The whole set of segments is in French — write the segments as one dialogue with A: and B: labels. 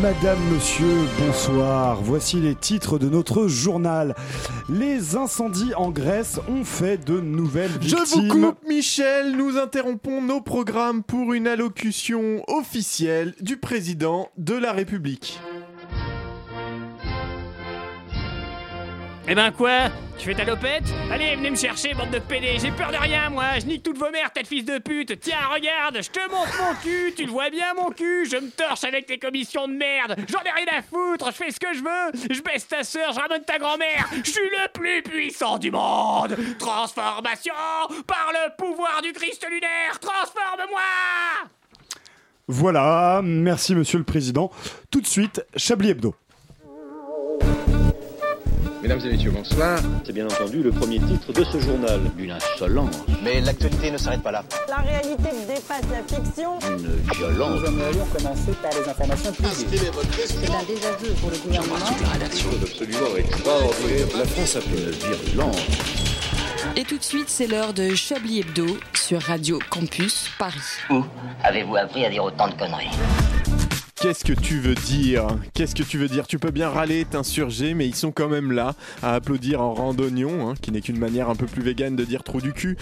A: Madame, Monsieur, bonsoir. Voici les titres de notre journal. Les incendies en Grèce ont fait de nouvelles
B: Je
A: victimes.
B: vous coupe, Michel. Nous interrompons nos programmes pour une allocution officielle du président de la République.
C: Eh ben quoi Tu fais ta lopette Allez, venez me chercher, bande de PD, j'ai peur de rien, moi Je nique toute vos mères, tête fils de pute Tiens, regarde, je te montre mon cul, tu le vois bien, mon cul Je me torche avec tes commissions de merde J'en ai rien à foutre, je fais ce que je veux Je baisse ta sœur, je ramène ta grand-mère Je suis le plus puissant du monde Transformation Par le pouvoir du Christ lunaire Transforme-moi
A: Voilà, merci Monsieur le Président. Tout de suite, Chablis Hebdo.
D: Mesdames et messieurs, bonsoir.
E: C'est bien entendu le premier titre de ce journal. Une insolence,
F: Mais l'actualité ne s'arrête pas là.
G: La réalité dépasse la fiction.
E: une violence.
G: C'est un désaveu pour le gouvernement.
H: Et tout de suite, c'est l'heure de Chablis Hebdo sur Radio Campus Paris.
F: Où avez-vous appris à dire autant de conneries
B: Qu'est-ce que tu veux dire Qu'est-ce que tu veux dire Tu peux bien râler, t'insurger, mais ils sont quand même là à applaudir en randonnion, hein, qui n'est qu'une manière un peu plus végane de dire trou du cul.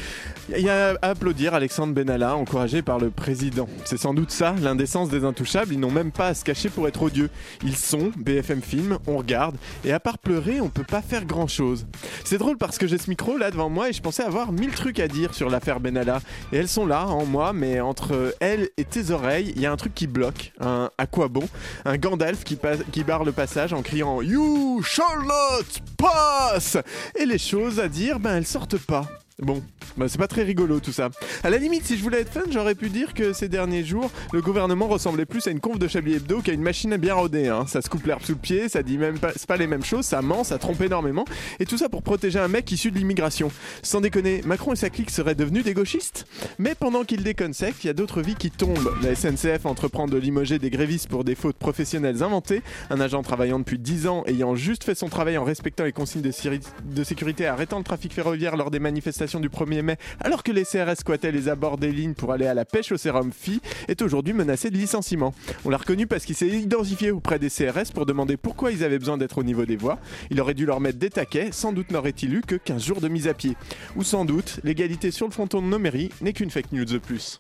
B: Il y a à applaudir Alexandre Benalla, encouragé par le président. C'est sans doute ça, l'indécence des intouchables. Ils n'ont même pas à se cacher pour être odieux. Ils sont, BFM Film, on regarde, et à part pleurer, on peut pas faire grand-chose. C'est drôle parce que j'ai ce micro là devant moi et je pensais avoir mille trucs à dire sur l'affaire Benalla. Et elles sont là, en moi, mais entre elles et tes oreilles, il y a un truc qui bloque, un à quoi bon, un Gandalf qui, passe- qui barre le passage en criant You shall not pass Et les choses à dire, ben elles sortent pas. Bon, bah, c'est pas très rigolo tout ça. À la limite, si je voulais être fun, j'aurais pu dire que ces derniers jours, le gouvernement ressemblait plus à une conf de Chablis Hebdo qu'à une machine à bien roder. hein. Ça se coupe l'herbe sous le pied, ça dit même pas, c'est pas les mêmes choses, ça ment, ça trompe énormément. Et tout ça pour protéger un mec issu de l'immigration. Sans déconner, Macron et sa clique seraient devenus des gauchistes Mais pendant qu'ils déconnent sec, il y a d'autres vies qui tombent. La SNCF entreprend de limoger des grévistes pour des fautes professionnelles inventées. Un agent travaillant depuis 10 ans, ayant juste fait son travail en respectant les consignes de, séri- de sécurité, arrêtant le trafic ferroviaire lors des manifestations du 1er mai, alors que les CRS squattaient les abords des lignes pour aller à la pêche au sérum phi, est aujourd'hui menacé de licenciement. On l'a reconnu parce qu'il s'est identifié auprès des CRS pour demander pourquoi ils avaient besoin d'être au niveau des voies. Il aurait dû leur mettre des taquets, sans doute n'aurait-il eu que 15 jours de mise à pied. Ou sans doute, l'égalité sur le fronton de nos mairies n'est qu'une fake news de plus.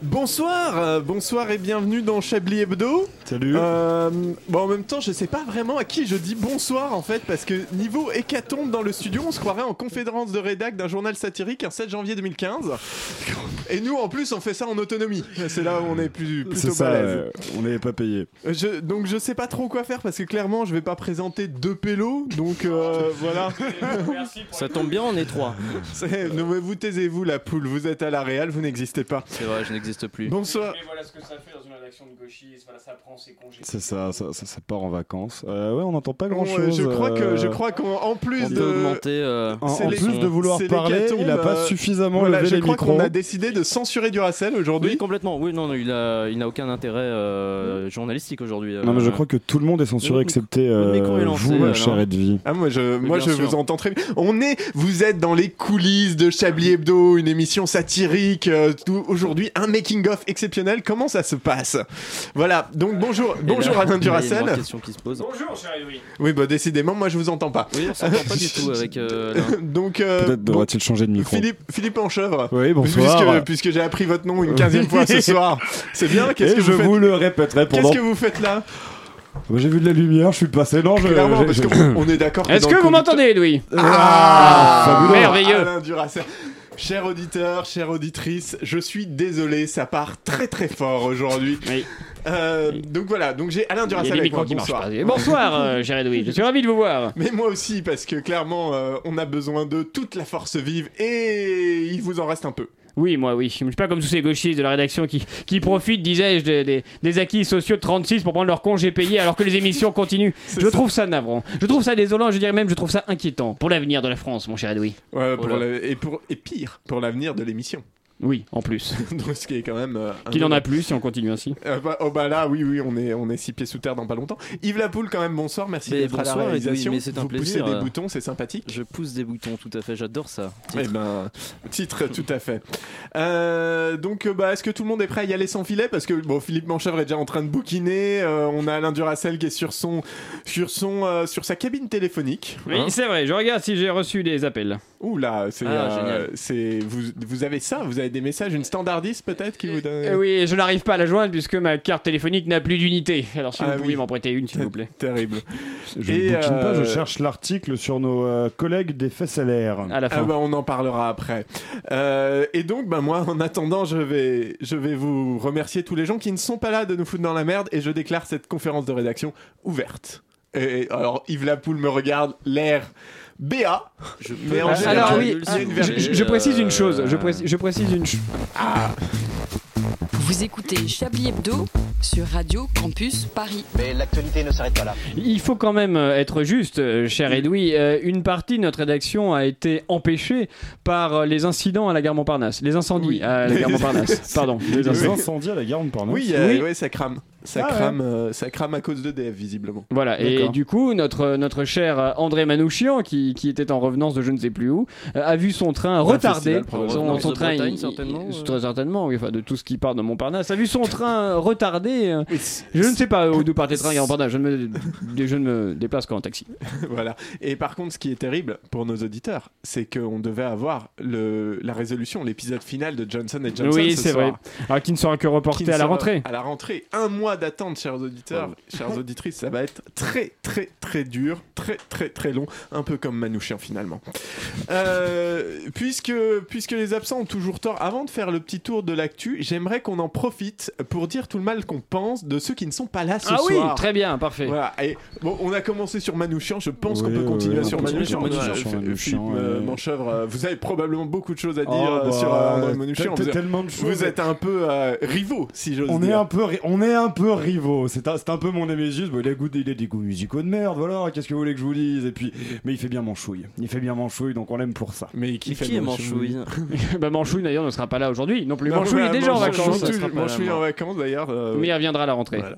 B: Bonsoir, euh, bonsoir et bienvenue dans Chablis Hebdo.
A: Salut.
B: Euh, bon, en même temps, je sais pas vraiment à qui je dis bonsoir en fait, parce que niveau hécatombe dans le studio, on se croirait en conférence de rédac d'un journal satirique un 7 janvier 2015. Et nous, en plus, on fait ça en autonomie. C'est là où on est plus,
A: C'est
B: plutôt
A: ça,
B: balèze. Euh,
A: euh, on n'avait pas payé.
B: Je- donc je sais pas trop quoi faire parce que clairement je vais pas présenter deux pélos donc euh, voilà
I: Ça tombe bien, on est trois.
B: C'est- ne mais vous taisez-vous la poule vous êtes à la réal vous n'existez pas
I: C'est vrai, je n'existe plus.
B: bonsoir
C: voilà ce que ça fait dans une rédaction de gauchisme, voilà, ça prend ses congés.
A: C'est ça, ça, ça- ça part en vacances. Euh, ouais, on n'entend pas grand
B: Bon,
A: chose. euh,
B: je crois que je crois qu'en en plus
I: On peut
B: de
I: augmenter. euh,
A: En,
B: c'est
A: en
B: les-
A: plus de vouloir
B: c'est
A: parler,
B: l'hécatombe,
A: il n'a pas
B: euh,
A: suffisamment
B: voilà,
A: levé
B: je
A: les
B: crois
A: micros.
B: qu'on a décidé de censurer Duracell
I: Oui,
B: aujourd'hui
I: complètement. Oui, non, non, il a, il n'a aucun intérêt euh, journalistique aujourd'hui. euh.
A: Non, mais je crois que tout le monde est censuré,
I: le-
A: excepté
I: le
A: euh,
I: micro est lancé,
A: vous, ma
I: alors.
A: chère Edwy.
B: Ah, moi je, moi,
I: bien
B: je
I: sûr.
B: vous entends très bien. On est, vous êtes dans les coulisses de Chablis Hebdo, une émission satirique. euh, tout- Aujourd'hui, un making-of exceptionnel. Comment ça se passe Voilà, donc bonjour,
I: Et là,
B: bonjour Alain
I: Eh ben, Il y a une vraie
B: Duracell.
I: question qui se pose.
C: Bonjour, cher Edoui.
B: Oui, bah décidément, moi je vous entends pas.
I: Oui, on s'entend pas du tout avec. euh, Alain.
B: donc, euh,
A: Peut-être
B: bon,
A: devra-t-il changer de micro.
B: Philippe, Philippe Enchevre.
A: Oui,
B: Puisque,
A: bonsoir.
B: puisque j'ai appris votre nom une quinzième fois ce soir. C'est bien, qu'est-ce
A: Et
B: que
A: je
B: vous faites
A: vous le répéterai pendant.
B: Qu'est-ce que vous faites là
A: Moi, J'ai vu de la lumière, je suis passé. Non, je.
B: Clairement,
A: j'ai-
B: parce
A: j'ai-
B: qu'on est d'accord.
C: Est-ce
B: dans
C: que
B: le
C: vous
B: conducteur-
C: m'entendez, Edoui
B: Ah,
A: fabuleux.
C: merveilleux.
B: Alain Duracell. Cher auditeur, chère auditrice, je suis désolé, ça part très très fort aujourd'hui.
C: Oui.
B: Euh, Donc voilà, donc j'ai Alain
C: Il y
B: Duracell
C: a des
B: avec moi,
C: micros qui marchent
B: bonsoir.
C: pas. Et Bonsoir, euh, cher Edoui. Je suis ravi de vous voir.
B: Mais moi aussi, parce que clairement, euh, on a besoin de toute la force vive et il vous en reste un peu.
C: Oui, moi, oui. Je ne suis pas comme tous ces gauchistes de la rédaction qui, qui profitent, disais-je, des, des- des acquis sociaux de 36 pour prendre leur congé payé alors que les émissions continuent.
B: C'est
C: Je
B: ça.
C: trouve ça navrant. Je trouve ça désolant. Je dirais même, je trouve ça inquiétant pour l'avenir de la France, mon cher Edoui.
B: Ouais, pour
I: Oh là.
B: la- et, pour, et pire, pour l'avenir de l'émission.
I: Oui, en plus.
B: Donc, ce qui est quand même. euh, un
I: Qu'il en a
B: honneur.
I: plus si on continue ainsi.
B: Euh, bah, oh bah là, oui, oui, on est, on est six pieds sous terre dans pas longtemps. Yves Lapoule, quand même, bonsoir, merci
J: Mais
B: d'être à la
J: bonsoir, Edoui,
B: réalisation.
J: mais c'est un
B: Vous
J: plaisir. euh.
B: poussez des boutons, c'est sympathique.
J: Je pousse des boutons, tout à fait, j'adore ça.
B: Eh ben, titre, tout à fait. Euh, donc, euh, bah, est-ce que tout le monde est prêt à y aller sans filet Parce que bon, Philippe Manchèvre est déjà en train de bouquiner. euh, on a Alain Duracel qui est sur son, sur son, euh, sur sa cabine téléphonique.
I: Oui,
B: hein.
I: c'est vrai, je regarde si j'ai reçu des appels.
B: Ouh là, c'est,
J: Ah,
B: euh,
J: génial.
B: c'est, vous, vous avez ça Vous avez des messages, une standardiste peut-être qui vous donne.
I: Euh, oui, je n'arrive pas à la joindre puisque ma carte téléphonique n'a plus d'unité. Alors si
B: Ah
I: vous
B: oui.
I: pouviez m'en prêter une, s'il vous plaît.
B: Terrible.
A: Je
B: Et,
A: ne bouquine pas, je
B: euh,
A: cherche l'article sur nos euh, collègues des fesses LR.
I: À la
B: Ah
I: fin.
B: bah on en parlera après. Euh, et donc bah moi en attendant je vais je vais vous remercier tous les gens qui ne sont pas là de nous foutre dans la merde et je déclare cette conférence de rédaction ouverte. Et alors Yves Lapoule me regarde l'air BA.
J: Je
B: Mais en général,
I: Alors
B: il y a
I: oui,
B: une
I: ah,
B: virgule,
I: je, je précise une chose, je, précise- je précise une chose.
H: Vous écoutez Chablis Hebdo sur Radio Campus Paris.
K: Mais l'actualité ne s'arrête pas là.
I: Il faut quand même euh, être juste, euh, cher Edoui. Euh, Une partie de notre rédaction a été empêchée par euh, les incidents à la gare Montparnasse, les incendies
B: Oui.
I: à la gare Montparnasse. Pardon. les
A: Les
I: incendies.
A: incendies à la gare Montparnasse.
B: Oui, euh,
I: Oui.
B: ouais, ça crame. Ça
A: Ah ouais.
B: crame euh, ça crame à cause de DF visiblement.
I: Voilà, et
A: D'accord.
I: du coup, notre, notre cher euh, André Manouchian, qui, qui était en revenance de je ne sais plus où, euh, a vu son train retardé.
B: festival, probablement.
I: Son,
J: Revenance
I: son
J: de
I: train,
J: Bretagne,
I: il-
J: certainement,
I: il-
J: euh.
I: très certainement, oui, enfin, de tout ce qui part de Montparnasse, a vu son train euh, retardé. euh, Je ne sais pas où d'où partait le train à Montparnasse, je ne me, je ne me déplace qu'en taxi.
B: voilà. Et par contre, ce qui est terrible pour nos auditeurs, c'est qu'on devait avoir le, la résolution, l'épisode final de Johnson et Johnson.
I: oui,
B: ce
I: c'est
B: soir.
I: vrai. Alors qui ne sera que
B: qui
I: reporté
B: ne
I: à la
B: sera-
I: rentrée.
B: À la rentrée, un mois d'attente, chers auditeurs, chères auditrices, ça va être très très très dur, très très très long, un peu comme Manouchian finalement. Euh, puisque puisque les absents ont toujours tort, avant de faire le petit tour de l'actu, j'aimerais qu'on en profite pour dire tout le mal qu'on pense de ceux qui ne sont pas là ce
I: ah oui,
B: soir.
I: très bien, parfait.
B: Voilà, et bon, on a commencé sur Manouchian, je pense qu'on
A: Oui,
B: peut
A: oui,
B: continuer
A: oui,
B: sur
A: on peut
B: Manouchian.
A: continuer
B: Voilà,
A: sur Manouchian,
B: Philippe
A: Manouchian,
B: euh,
A: oui.
B: Manchevre, euh, vous avez probablement beaucoup de choses à dire
A: Oh,
B: euh,
A: bah,
B: sur euh, André
A: t'as-
B: Manouchian.
A: t'as
B: Vous-
A: tellement de choses.
B: vous êtes un peu euh, rivaux, si j'ose
A: On est,
B: dire.
A: un peu, ri- on est un peu rivaux. C'est un, c'est un peu mon Némésis. Bon, il, a goût- il a des goûts musicaux de merde. Voilà, qu'est-ce que vous voulez que je vous dise Et puis, Mais il fait bien manchouille. Il fait bien manchouille, donc on l'aime pour ça.
B: Mais
J: Qui, qui est Manchouille
I: bah Manchouille d'ailleurs ne sera pas là aujourd'hui non plus.
B: Non,
I: Manchouille
B: voilà,
I: est déjà en
B: Manchouille,
I: vacances.
J: ça sera
B: Manchouille,
J: pas
B: Manchouille
J: là,
B: en vacances d'ailleurs. euh,
I: Mais il reviendra à la rentrée.
B: voilà.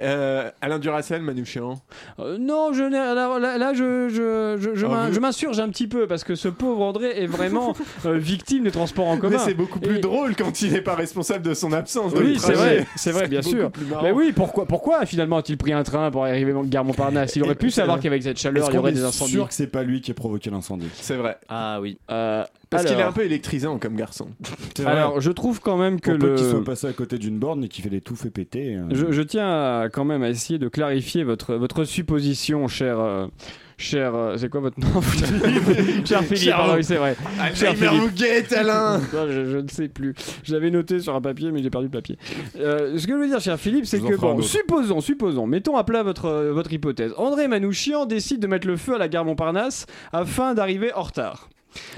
B: Euh, Alain Duracel, Manouchian.
I: Euh, non, je n'ai- là, là- là, je, je, je, je
B: Ah,
I: m'in-
B: vous-
I: je m'insurge un petit peu parce que ce pauvre André est vraiment euh, victime des transports en
B: Mais
I: commun.
B: c'est beaucoup plus
I: Et-
B: drôle quand il n'est pas responsable de son absence. dans
I: Oui,
B: le
I: c'est
B: trajet.
I: vrai, c'est vrai, bien
B: beaucoup
I: sûr.
B: plus marrant.
I: Mais oui, pourquoi, pourquoi finalement a-t-il pris un train pour arriver à Gare Montparnasse Il
B: Et-
I: aurait pu
B: c'est
I: savoir
B: vrai.
I: qu'avec cette chaleur,
A: Est-ce
I: il y
A: qu'on
I: aurait des
A: est
I: incendies.
A: sûr que c'est pas lui qui a provoqué l'incendie
B: C'est vrai.
J: Ah oui.
I: Euh,
B: Parce qu'il est un
I: alors,
B: peu électrisant comme garçon.
A: C'est vrai.
I: alors, je trouve quand même que
A: Pour peu
I: le.
A: qu'il soit passé à côté d'une borne et qu'il fait des tout fait péter. euh,
I: Je, je tiens à- quand même à essayer de clarifier votre, votre supposition, cher. euh, cher. euh, c'est quoi votre nom Philippe Cher Philippe,
B: Cher-
I: pardon, oui, c'est vrai. Cher
B: Alzheimer
I: Philippe.
B: vous guette, Alain
I: Non, je, je ne sais plus. Je l'avais noté sur un papier, mais j'ai perdu le papier. Euh, ce que je veux dire, cher Philippe, c'est
A: Je vous en
I: que,
A: ferai un
I: bon,
A: autre.
I: supposons, supposons, mettons à plat votre, euh, votre hypothèse. André Manouchian décide de mettre le feu à la gare Montparnasse afin d'arriver en retard.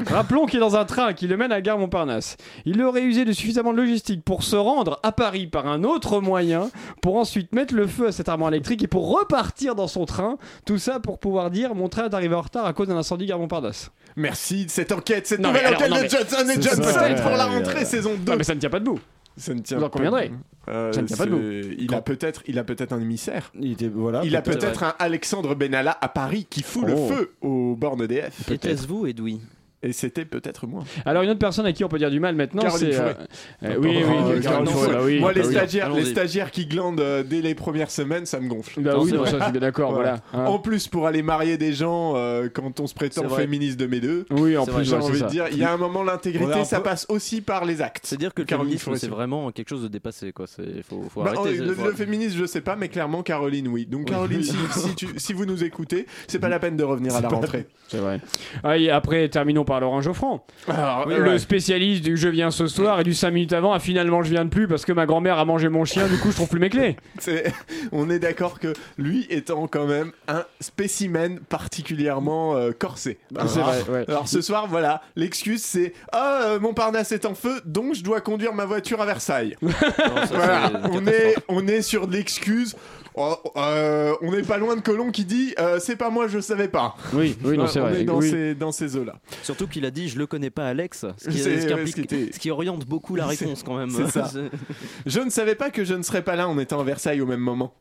I: Rappelons qu'il est dans un train qui le mène à la gare Montparnasse. Il aurait usé de suffisamment de logistique pour se rendre à Paris par un autre moyen, pour ensuite mettre le feu à cet armoire électrique et pour repartir dans son train. Tout ça pour pouvoir dire mon train est arrivé en retard à cause d'un incendie gare Montparnasse.
B: Merci de cette enquête, cette
I: Non, mais
B: nouvelle
I: alors,
B: enquête
I: non,
B: de
I: mais-
B: Johnson et
A: C'est
B: Johnson
A: ça.
B: pour la
A: Ouais,
B: rentrée
A: ouais.
B: saison 2.
I: Non Ah, mais ça ne tient pas debout.
B: Ça ne tient
I: Vous en
B: pas
I: conviendrez.
B: debout. Euh,
I: Ça ne tient pas
B: c'est-
I: debout.
B: Il a peut-être il a peut-être un émissaire.
A: Il était voilà.
B: Il a
A: Ah, peut-être.
B: peut-être un Alexandre Benalla à Paris qui fout le
A: Oh.
B: feu aux bornes DF.
J: Était-ce vous, Edoui
B: Et c'était peut-être moi.
I: Alors une autre personne à qui on peut dire du mal maintenant,
B: Caroline
I: c'est euh,
B: Fouet.
I: euh, oui, oui,
B: Oh,
I: oui,
B: euh,
I: Caroline Fouet, bah oui,
B: moi,
I: bah
B: les,
I: oui.
B: stagiaires, les
J: Allons-y.
B: stagiaires qui glandent euh, dès les premières semaines, ça me gonfle.
I: Bah
J: Non,
I: oui,
J: c'est
I: non,
J: vrai.
I: ça, je suis bien d'accord, voilà. hein.
B: En plus, pour aller marier des gens euh, quand on se
J: C'est
B: prétend
J: vrai.
B: féministe de mes deux,
I: Oui, en
J: C'est
I: plus,
J: vrai,
B: j'ai
I: ouais, c'est
B: envie de
I: ça.
B: dire, il y a un moment,
A: On est
B: l'intégrité,
A: un
B: ça
A: peu-
B: passe aussi par les actes.
J: C'est dire que le
B: Caroline
J: féminisme,
B: Fouet,
J: c'est
B: c'est-
J: vraiment quelque chose de dépassé, quoi. C'est faut, faut
B: Bah,
J: arrêter.
B: euh,
J: c'est-
B: le,
J: faut-
B: le féministe, je sais pas, mais clairement, Caroline, oui. Donc,
J: Oui.
B: Caroline, si, si tu- si vous nous écoutez, c'est pas la peine de revenir à la rentrée.
I: C'est vrai. Ah, et après, terminons par Laurent Geoffrand.
B: Alors, euh,
I: le spécialiste du je viens ce soir et du 5 minutes avant, ah, finalement je viens de plus parce que ma grand-mère a mangé mon chien, du coup je trouve plus mes clés.
B: C'est- On est d'accord que lui étant quand même un spécimen particulièrement euh, corsé.
I: Ah, C'est
B: Rare.
I: vrai, ouais.
B: Alors ce soir, voilà, l'excuse c'est Ah, euh, Montparnasse est en feu, donc je dois conduire ma voiture à Versailles.
J: Non, ça, c'est
I: Ah,
B: Voilà,
J: une
B: on
J: catastrophe.
B: est, on est sur de l'excuse Oh, euh, on n'est pas loin de Colomb qui dit euh, C'est pas moi, je savais pas.
I: Oui, oui, non, c'est
B: on
I: vrai.
B: est dans
I: Oui.
B: ces, dans ces œufs-là.
J: Surtout qu'il a dit je le connais pas Alex, ce qui,
B: C'est-
J: ce qui
B: ouais,
J: implique-
B: ce qui était-
J: ce qui oriente beaucoup la
B: C'est-
J: réponse quand même.
B: c'est ça. Je ne savais pas que je ne serais pas là, on était en Versailles au même moment.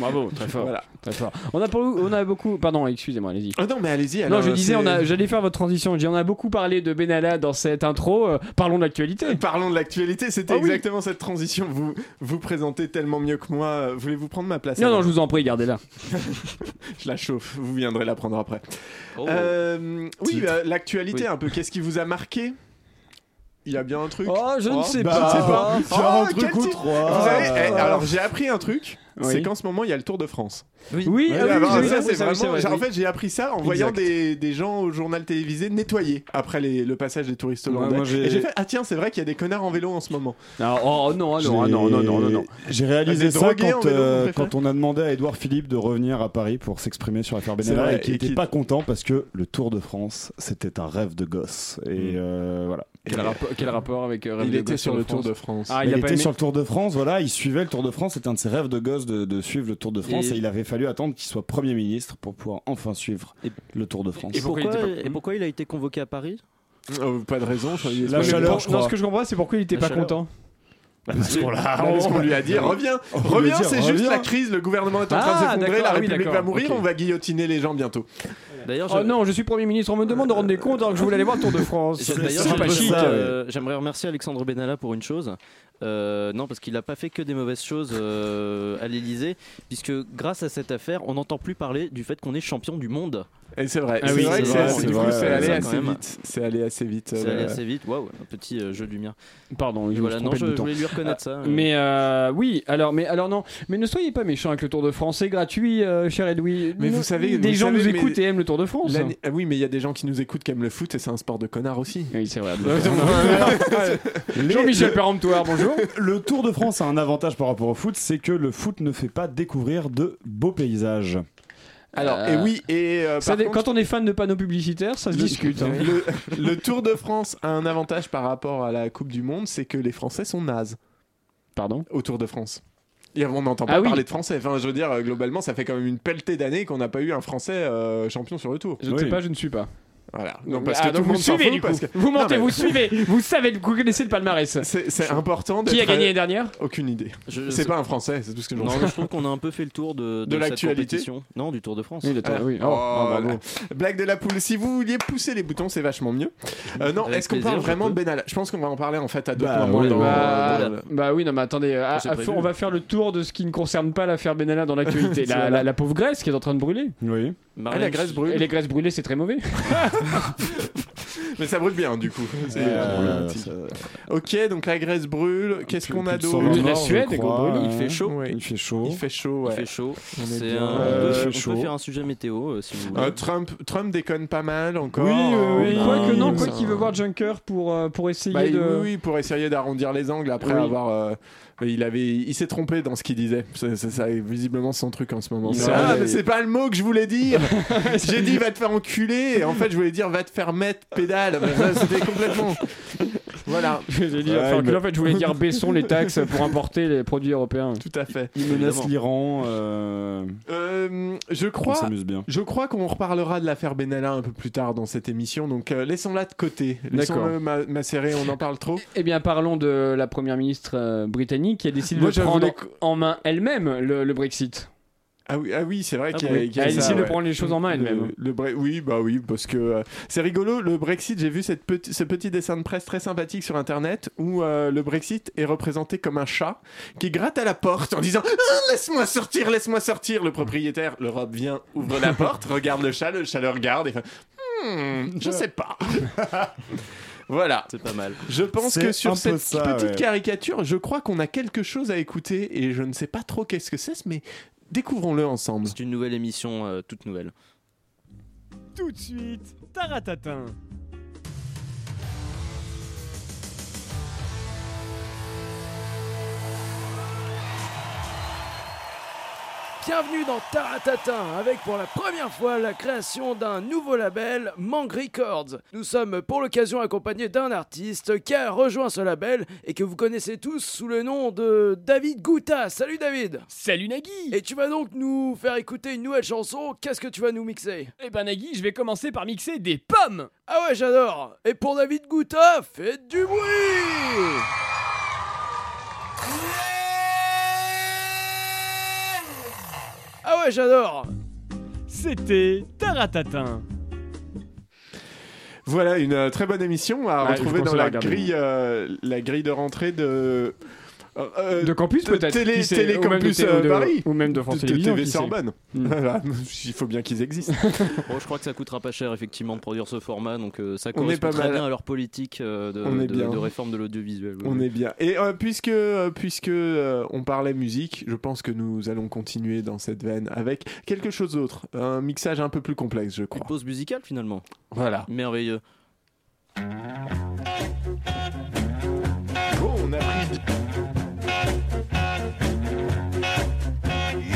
I: Bravo, très fort,
B: Voilà.
I: très fort. On a, pour- on a beaucoup. Pardon, excusez-moi, allez-y.
B: Ah non, mais allez-y.
I: Non,
B: alors,
I: je disais,
B: c'est-
I: on a- j'allais faire votre transition. Je dis, on a beaucoup parlé de Benalla dans cette intro. euh, parlons de l'actualité.
B: Parlons de l'actualité, c'était
I: Ah oui.
B: exactement cette transition. Vous vous présentez tellement mieux que moi. Euh, Voulez-vous prendre ma place
I: Non, non,
B: Adam
I: je vous en prie, gardez-la.
B: Je la chauffe, vous viendrez la prendre après. Euh, oui,
J: Titre.
B: bah, l'actualité
J: Oh. Oui.
B: un peu. Qu'est-ce qui vous a marqué Il y a bien un truc.
I: Oh, je ne sais
B: bah,
I: pas.
B: je sais pas.
A: C'est
B: Oh,
A: un
B: quel
A: truc ou
B: type.
A: trois.
B: Vous savez, eh, alors j'ai appris un truc,
A: Oh. Ah. Oui.
B: c'est qu'en ce moment il y a le Tour de France.
I: Oui,
B: Ouais,
I: ah oui,
B: alors,
I: oui, oui,
B: bah, ça,
I: oui,
B: c'est
I: ça, oui,
B: vraiment-
I: vrai,
B: j'ai- En
I: oui.
B: fait, j'ai appris ça en
I: Exact.
B: voyant des, des gens au journal télévisé nettoyer après les- le passage des touristes
A: Ouais,
B: hollandais.
A: moi, j'ai-
B: Et j'ai fait ah tiens c'est vrai qu'il y a des connards en vélo en ce moment.
I: Ah, oh, oh, non, ah,
A: Je
I: non, ah, non,
A: l'ai-
I: non, non, non, non.
A: J'ai réalisé
B: Des
A: ça
B: drogués en
A: quand,
B: vélo,
A: euh,
B: vous préférez
A: quand on a demandé à Édouard Philippe de revenir à Paris pour s'exprimer sur l'affaire
B: C'est
A: Benalla
B: vrai,
A: et qu'il
B: et
A: n'était
B: qu'il-
A: pas content parce que le Tour de France, c'était un rêve de gosse. Et euh, voilà.
I: Quel, rapport- quel rapport avec euh, Rêve
B: Il
I: de
B: était
I: gosse
B: sur le Tour
I: France
B: de France.
I: Ah,
A: il,
I: il a
A: était
I: pas aimé.
A: sur le Tour de France, voilà, il suivait le Tour de France, c'était un de ses rêves de gosse de, de suivre le Tour de France et...
J: Et-
A: il avait fallu attendre qu'il soit Premier ministre pour pouvoir enfin suivre
J: Et-
A: le Tour de France.
J: Et
I: pourquoi il
J: pourquoi,
I: était pas-
J: et pourquoi il a été convoqué à Paris
B: Oh, pas de raison. je crois qu'il est-
A: La
I: Ouais, mais
A: chaleur,
I: pour-
A: je
I: Non,
A: crois.
I: ce que je comprends, c'est pourquoi il était
J: La
I: pas
J: chaleur.
I: content.
A: Parce qu'on l'a-
B: Ah, parce qu'on lui a dit reviens,
A: On lui
B: reviens,
A: a dit,
B: c'est juste
A: reviens.
B: la crise, le gouvernement est en train
I: Ah,
B: de s'effondrer,
I: d'accord,
B: la
I: ah oui,
B: République va
I: d'accord,
B: mourir,
I: ok.
B: on va guillotiner les gens bientôt.
J: D'ailleurs, je-
I: Oh non, je suis Premier ministre, on me demande de rendre des comptes alors que je voulais aller voir le Tour de France.
J: je-
A: c'est-
J: d'ailleurs,
A: c'est
J: j'aimerais-
A: pas chic,
J: euh, j'aimerais remercier Alexandre Benalla pour une chose. Euh, non, parce qu'il n'a pas fait que des mauvaises choses euh, à l'Elysée, puisque grâce à cette affaire, on n'entend plus parler du fait qu'on est champion du monde.
B: Et c'est vrai,
I: Ah
B: c'est
I: oui,
B: vrai
I: c'est
B: que c'est
I: vrai,
B: assez-
A: c'est
B: du coup,
A: vrai,
B: c'est
A: ouais,
B: allé
J: ça,
B: assez
J: quand même.
B: vite. C'est allé assez vite.
J: C'est
B: euh,
J: allé assez vite. Waouh, un petit euh, jeu de lumière.
I: Pardon, je
J: Voilà,
I: me
J: non,
I: suis trompé
J: je,
I: de
J: je
I: bouton.
J: voulais lui reconnaître ça. euh.
I: Mais euh, oui, alors mais alors non, mais ne soyez pas méchants avec le Tour de France, c'est gratuit, euh, cher Edoui.
B: Mais
I: Nous-
B: vous savez-
I: des
B: vous
I: gens
B: savez,
I: nous
B: mais-
I: écoutent et aiment le Tour de France. hein.
B: l'année- ah oui, mais il y a des gens qui nous écoutent qui aiment le foot et c'est un sport de connard aussi.
I: Oui, c'est vrai.
A: Les-
I: Jean-Michel
A: le-
I: Peremptoire, bonjour.
A: Le Tour de France a un avantage par rapport au foot, c'est que le foot ne fait pas découvrir de beaux paysages.
I: Alors,
B: et oui, et euh,
I: ça
B: par
I: dé-
B: contre,
I: quand on est fan de panneaux publicitaires, ça se
B: Le-
I: discute. hein.
B: le, le Tour de France a un avantage par rapport à la Coupe du Monde, c'est que les Français sont nazes
I: Pardon.
B: au Tour de France. Et on n'entend pas
I: Ah oui.
B: parler de Français. Enfin, je veux dire, euh, globalement, ça fait quand même une pelletée d'années qu'on n'a pas eu un Français euh, champion sur le Tour.
I: Je ne
A: Oui.
I: sais pas, je ne suis pas.
B: Voilà. Non, parce
I: Ah,
B: que tout
I: donc
B: le monde
I: vous
B: s'en
I: suivez
B: fout,
I: du coup.
B: parce que-
I: Vous
B: Non,
I: mentez,
B: mais
I: vous suivez, vous savez, vous connaissez le palmarès.
B: C'est c'est important.
I: Qui a
B: d'être- euh,
I: gagné l'année dernière
B: Aucune idée.
J: Je-
B: C'est pas un Français, c'est tout ce que j'en
J: Non,
B: sais.
J: mais je trouve qu'on a un peu fait le tour de, de,
B: De
J: cette
B: l'actualité.
J: compétition. Non, du Tour de France.
I: Oui, le Tour-
B: Ah.
I: oui. Oh,
B: Oh,
I: ah, bravo.
B: la- Blague de la poule. Si vous vouliez pousser les boutons, c'est vachement mieux. Euh, non,
J: Avec
B: est-ce qu'on
J: plaisir,
B: parle
J: je
B: vraiment
J: peux.
B: de Benalla Je pense qu'on va en parler en fait à d'autres
A: Bah,
B: moments.
A: oui,
B: dans-
I: bah,
B: dans le-
I: Bah oui, non, mais attendez, euh, à-
J: c'est
I: à-
J: prévu.
I: on va faire le tour de ce qui ne concerne pas l'affaire Benalla dans l'actualité. la,
B: vrai.
I: la- la pauvre Grèce qui est en train de brûler.
A: Oui.
B: Ah, la Grèce brûle.
I: Et les Grèces brûlées, c'est très mauvais.
B: Mais ça brûle bien du coup. C'est
A: Euh,
B: problématique.
A: ça-
B: Ok, donc la Grèce brûle. Qu'est-ce
A: plus-
B: qu'on a
A: plus de 120
I: Le-
B: d'autre
I: la
A: morts, je
I: Suède,
A: crois,
I: gros,
A: hein.
I: il fait
B: chaud. Ouais.
A: Il fait chaud.
B: Il fait chaud.
J: Il
B: Ouais.
J: fait chaud.
B: On est
J: C'est
B: bien.
J: un-
B: Euh,
J: on
A: il fait
J: peut, on
A: chaud.
J: peut faire un sujet météo euh, si vous voulez.
B: Euh, Trump, Trump déconne pas mal encore.
A: Oui,
B: Euh,
A: oui, oui.
B: on a-
I: Quoique non,
A: mais
I: quoi
A: ça-
I: qu'il veut voir Junker pour, euh, pour essayer
B: Bah, il-
I: de.
B: oui, oui, pour essayer d'arrondir les angles après
I: Oui.
B: avoir. euh, il avait, il s'est trompé dans ce qu'il disait. C'est c'est ça, visiblement son truc en ce moment.
I: Il
B: C'est-
I: s'est
B: Ah,
I: rendu-
B: mais c'est pas le mot que je voulais dire. J'ai dit va te faire enculer. Et en fait, je voulais dire va te faire mettre pédale. Mais ça, C'était complètement. Voilà,
I: J'ai dit,
A: Ouais,
I: enfin,
A: il me-
I: en fait, je voulais dire baissons les taxes pour importer les produits européens.
B: tout à fait.
A: Il menace l'Iran. euh,
B: Euh, je
A: on
B: crois.
A: s'amuse bien.
B: Je crois qu'on reparlera de l'affaire Benalla un peu plus tard dans cette émission, donc euh, laissons-la de côté. Laissons-le ma- macérer, on en parle trop.
I: Eh bien, parlons de la première ministre euh, britannique qui a décidé
B: Moi,
I: de
B: j'avoue,
I: prendre
B: les-
I: en main elle-même le, le Brexit.
B: Ah oui, ah oui c'est vrai
J: Ah
B: qu'il y a,
J: bon
B: qu'il y
I: Elle
B: a
I: a
B: ça,
I: décidé de
B: ouais.
I: prendre les choses en main
B: Le-
I: elle-même.
B: le Bre- oui, bah oui, parce que euh, c'est rigolo. Le Brexit, j'ai vu cette petit- ce petit dessin de presse très sympathique sur Internet où euh, le Brexit est représenté comme un chat qui gratte à la porte en disant Ah, Laisse-moi sortir, laisse-moi sortir. Le propriétaire, l'Europe vient, ouvre la porte, regarde le chat, le chat le regarde et fait Hmm, Je sais pas. voilà.
J: C'est pas mal.
B: Je pense
A: C'est
B: que
A: un
B: sur
A: peu
B: cette
A: ça,
B: petite
A: ouais.
B: caricature, je crois qu'on a quelque chose à écouter et je ne sais pas trop qu'est-ce que c'est, mais découvrons-le ensemble.
J: C'est une nouvelle émission euh, toute nouvelle.
L: Tout de suite, Taratatin.
M: Bienvenue dans Taratatin avec pour la première fois la création d'un nouveau label Mang Records. Nous sommes pour l'occasion accompagnés d'un artiste qui a rejoint ce label et que vous connaissez tous sous le nom de David Gouta. Salut David
N: Salut Nagui
I: Eh,
M: Et tu vas donc nous faire écouter une nouvelle chanson. Qu'est-ce que tu vas nous mixer
N: Eh ben Nagui, je vais commencer par mixer des pommes
M: Ah ouais, j'adore Et pour David Gouta, faites du bruit Ah ouais, j'adore
L: C'était Taratatin.
B: Voilà une euh, très bonne émission à
I: Ouais, je
B: retrouver dans
I: conseille
B: la
I: à regarder.
B: grille, euh, la grille de rentrée de. euh,
I: De Campus, peut-être,
B: Télé,
I: qui sait,
B: Télé
I: ou même de
B: Campus
I: Té-
B: euh,
I: ou de-
B: Paris.
I: ou même de France Télévisions,
B: TV
I: qui sait.
B: Sorbonne.
I: Mm.
B: Voilà, il faut bien qu'ils existent.
J: Bon, je crois que ça coûtera pas cher effectivement de produire ce format, donc euh,
B: On
J: ça
B: est
J: correspond
B: pas
J: très
B: mal.
J: bien à leur politique euh, de,
B: On est
J: de-
B: bien.
J: de réforme de l'audiovisuel. ouais.
B: On est bien. Et euh, puisque, euh, puisque euh, on parlait musique, je pense que nous allons continuer dans cette veine avec quelque chose d'autre. Un mixage un peu plus complexe, je crois. Une
J: pause musicale finalement.
B: Voilà.
J: Merveilleux.
B: Oh, on a pris.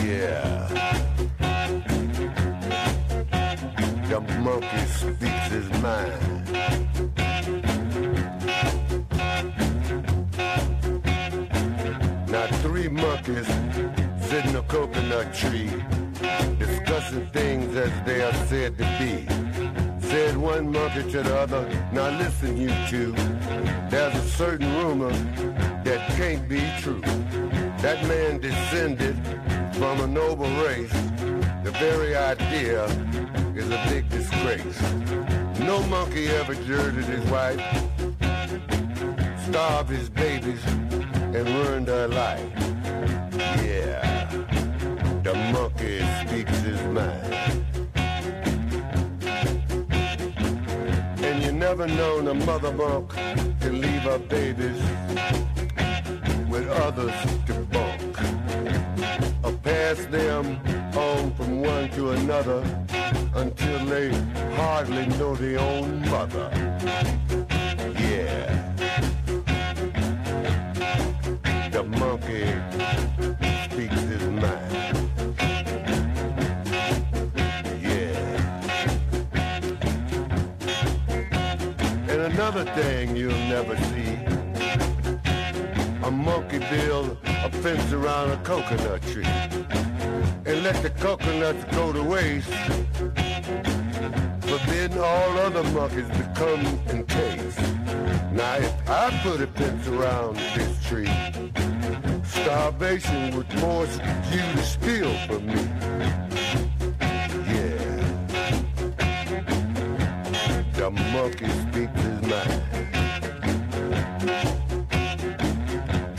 O: Yeah. The monkey speaks his mind. Now three monkeys sit in a coconut tree discussing things as they are said to be. Said one monkey to the other, now listen you two, there's a certain rumor that can't be true. That man descended from a noble race. The very idea is a big disgrace. No monkey ever jurted his wife, starved his babies, and ruined her life. Yeah, the monkey speaks his mind. And you never known a mother monk can leave her babies with others to bunk. Or pass them on from one to another until they hardly know their own mother. Yeah. The monkey speaks his mind. Yeah. And another thing you'll never see. A monkey build a fence around a coconut tree and let the coconuts go to waste. But then all other monkeys become encased. Now if I put a fence around this tree, starvation would force you to steal from me. Yeah. The monkey speaks his mind.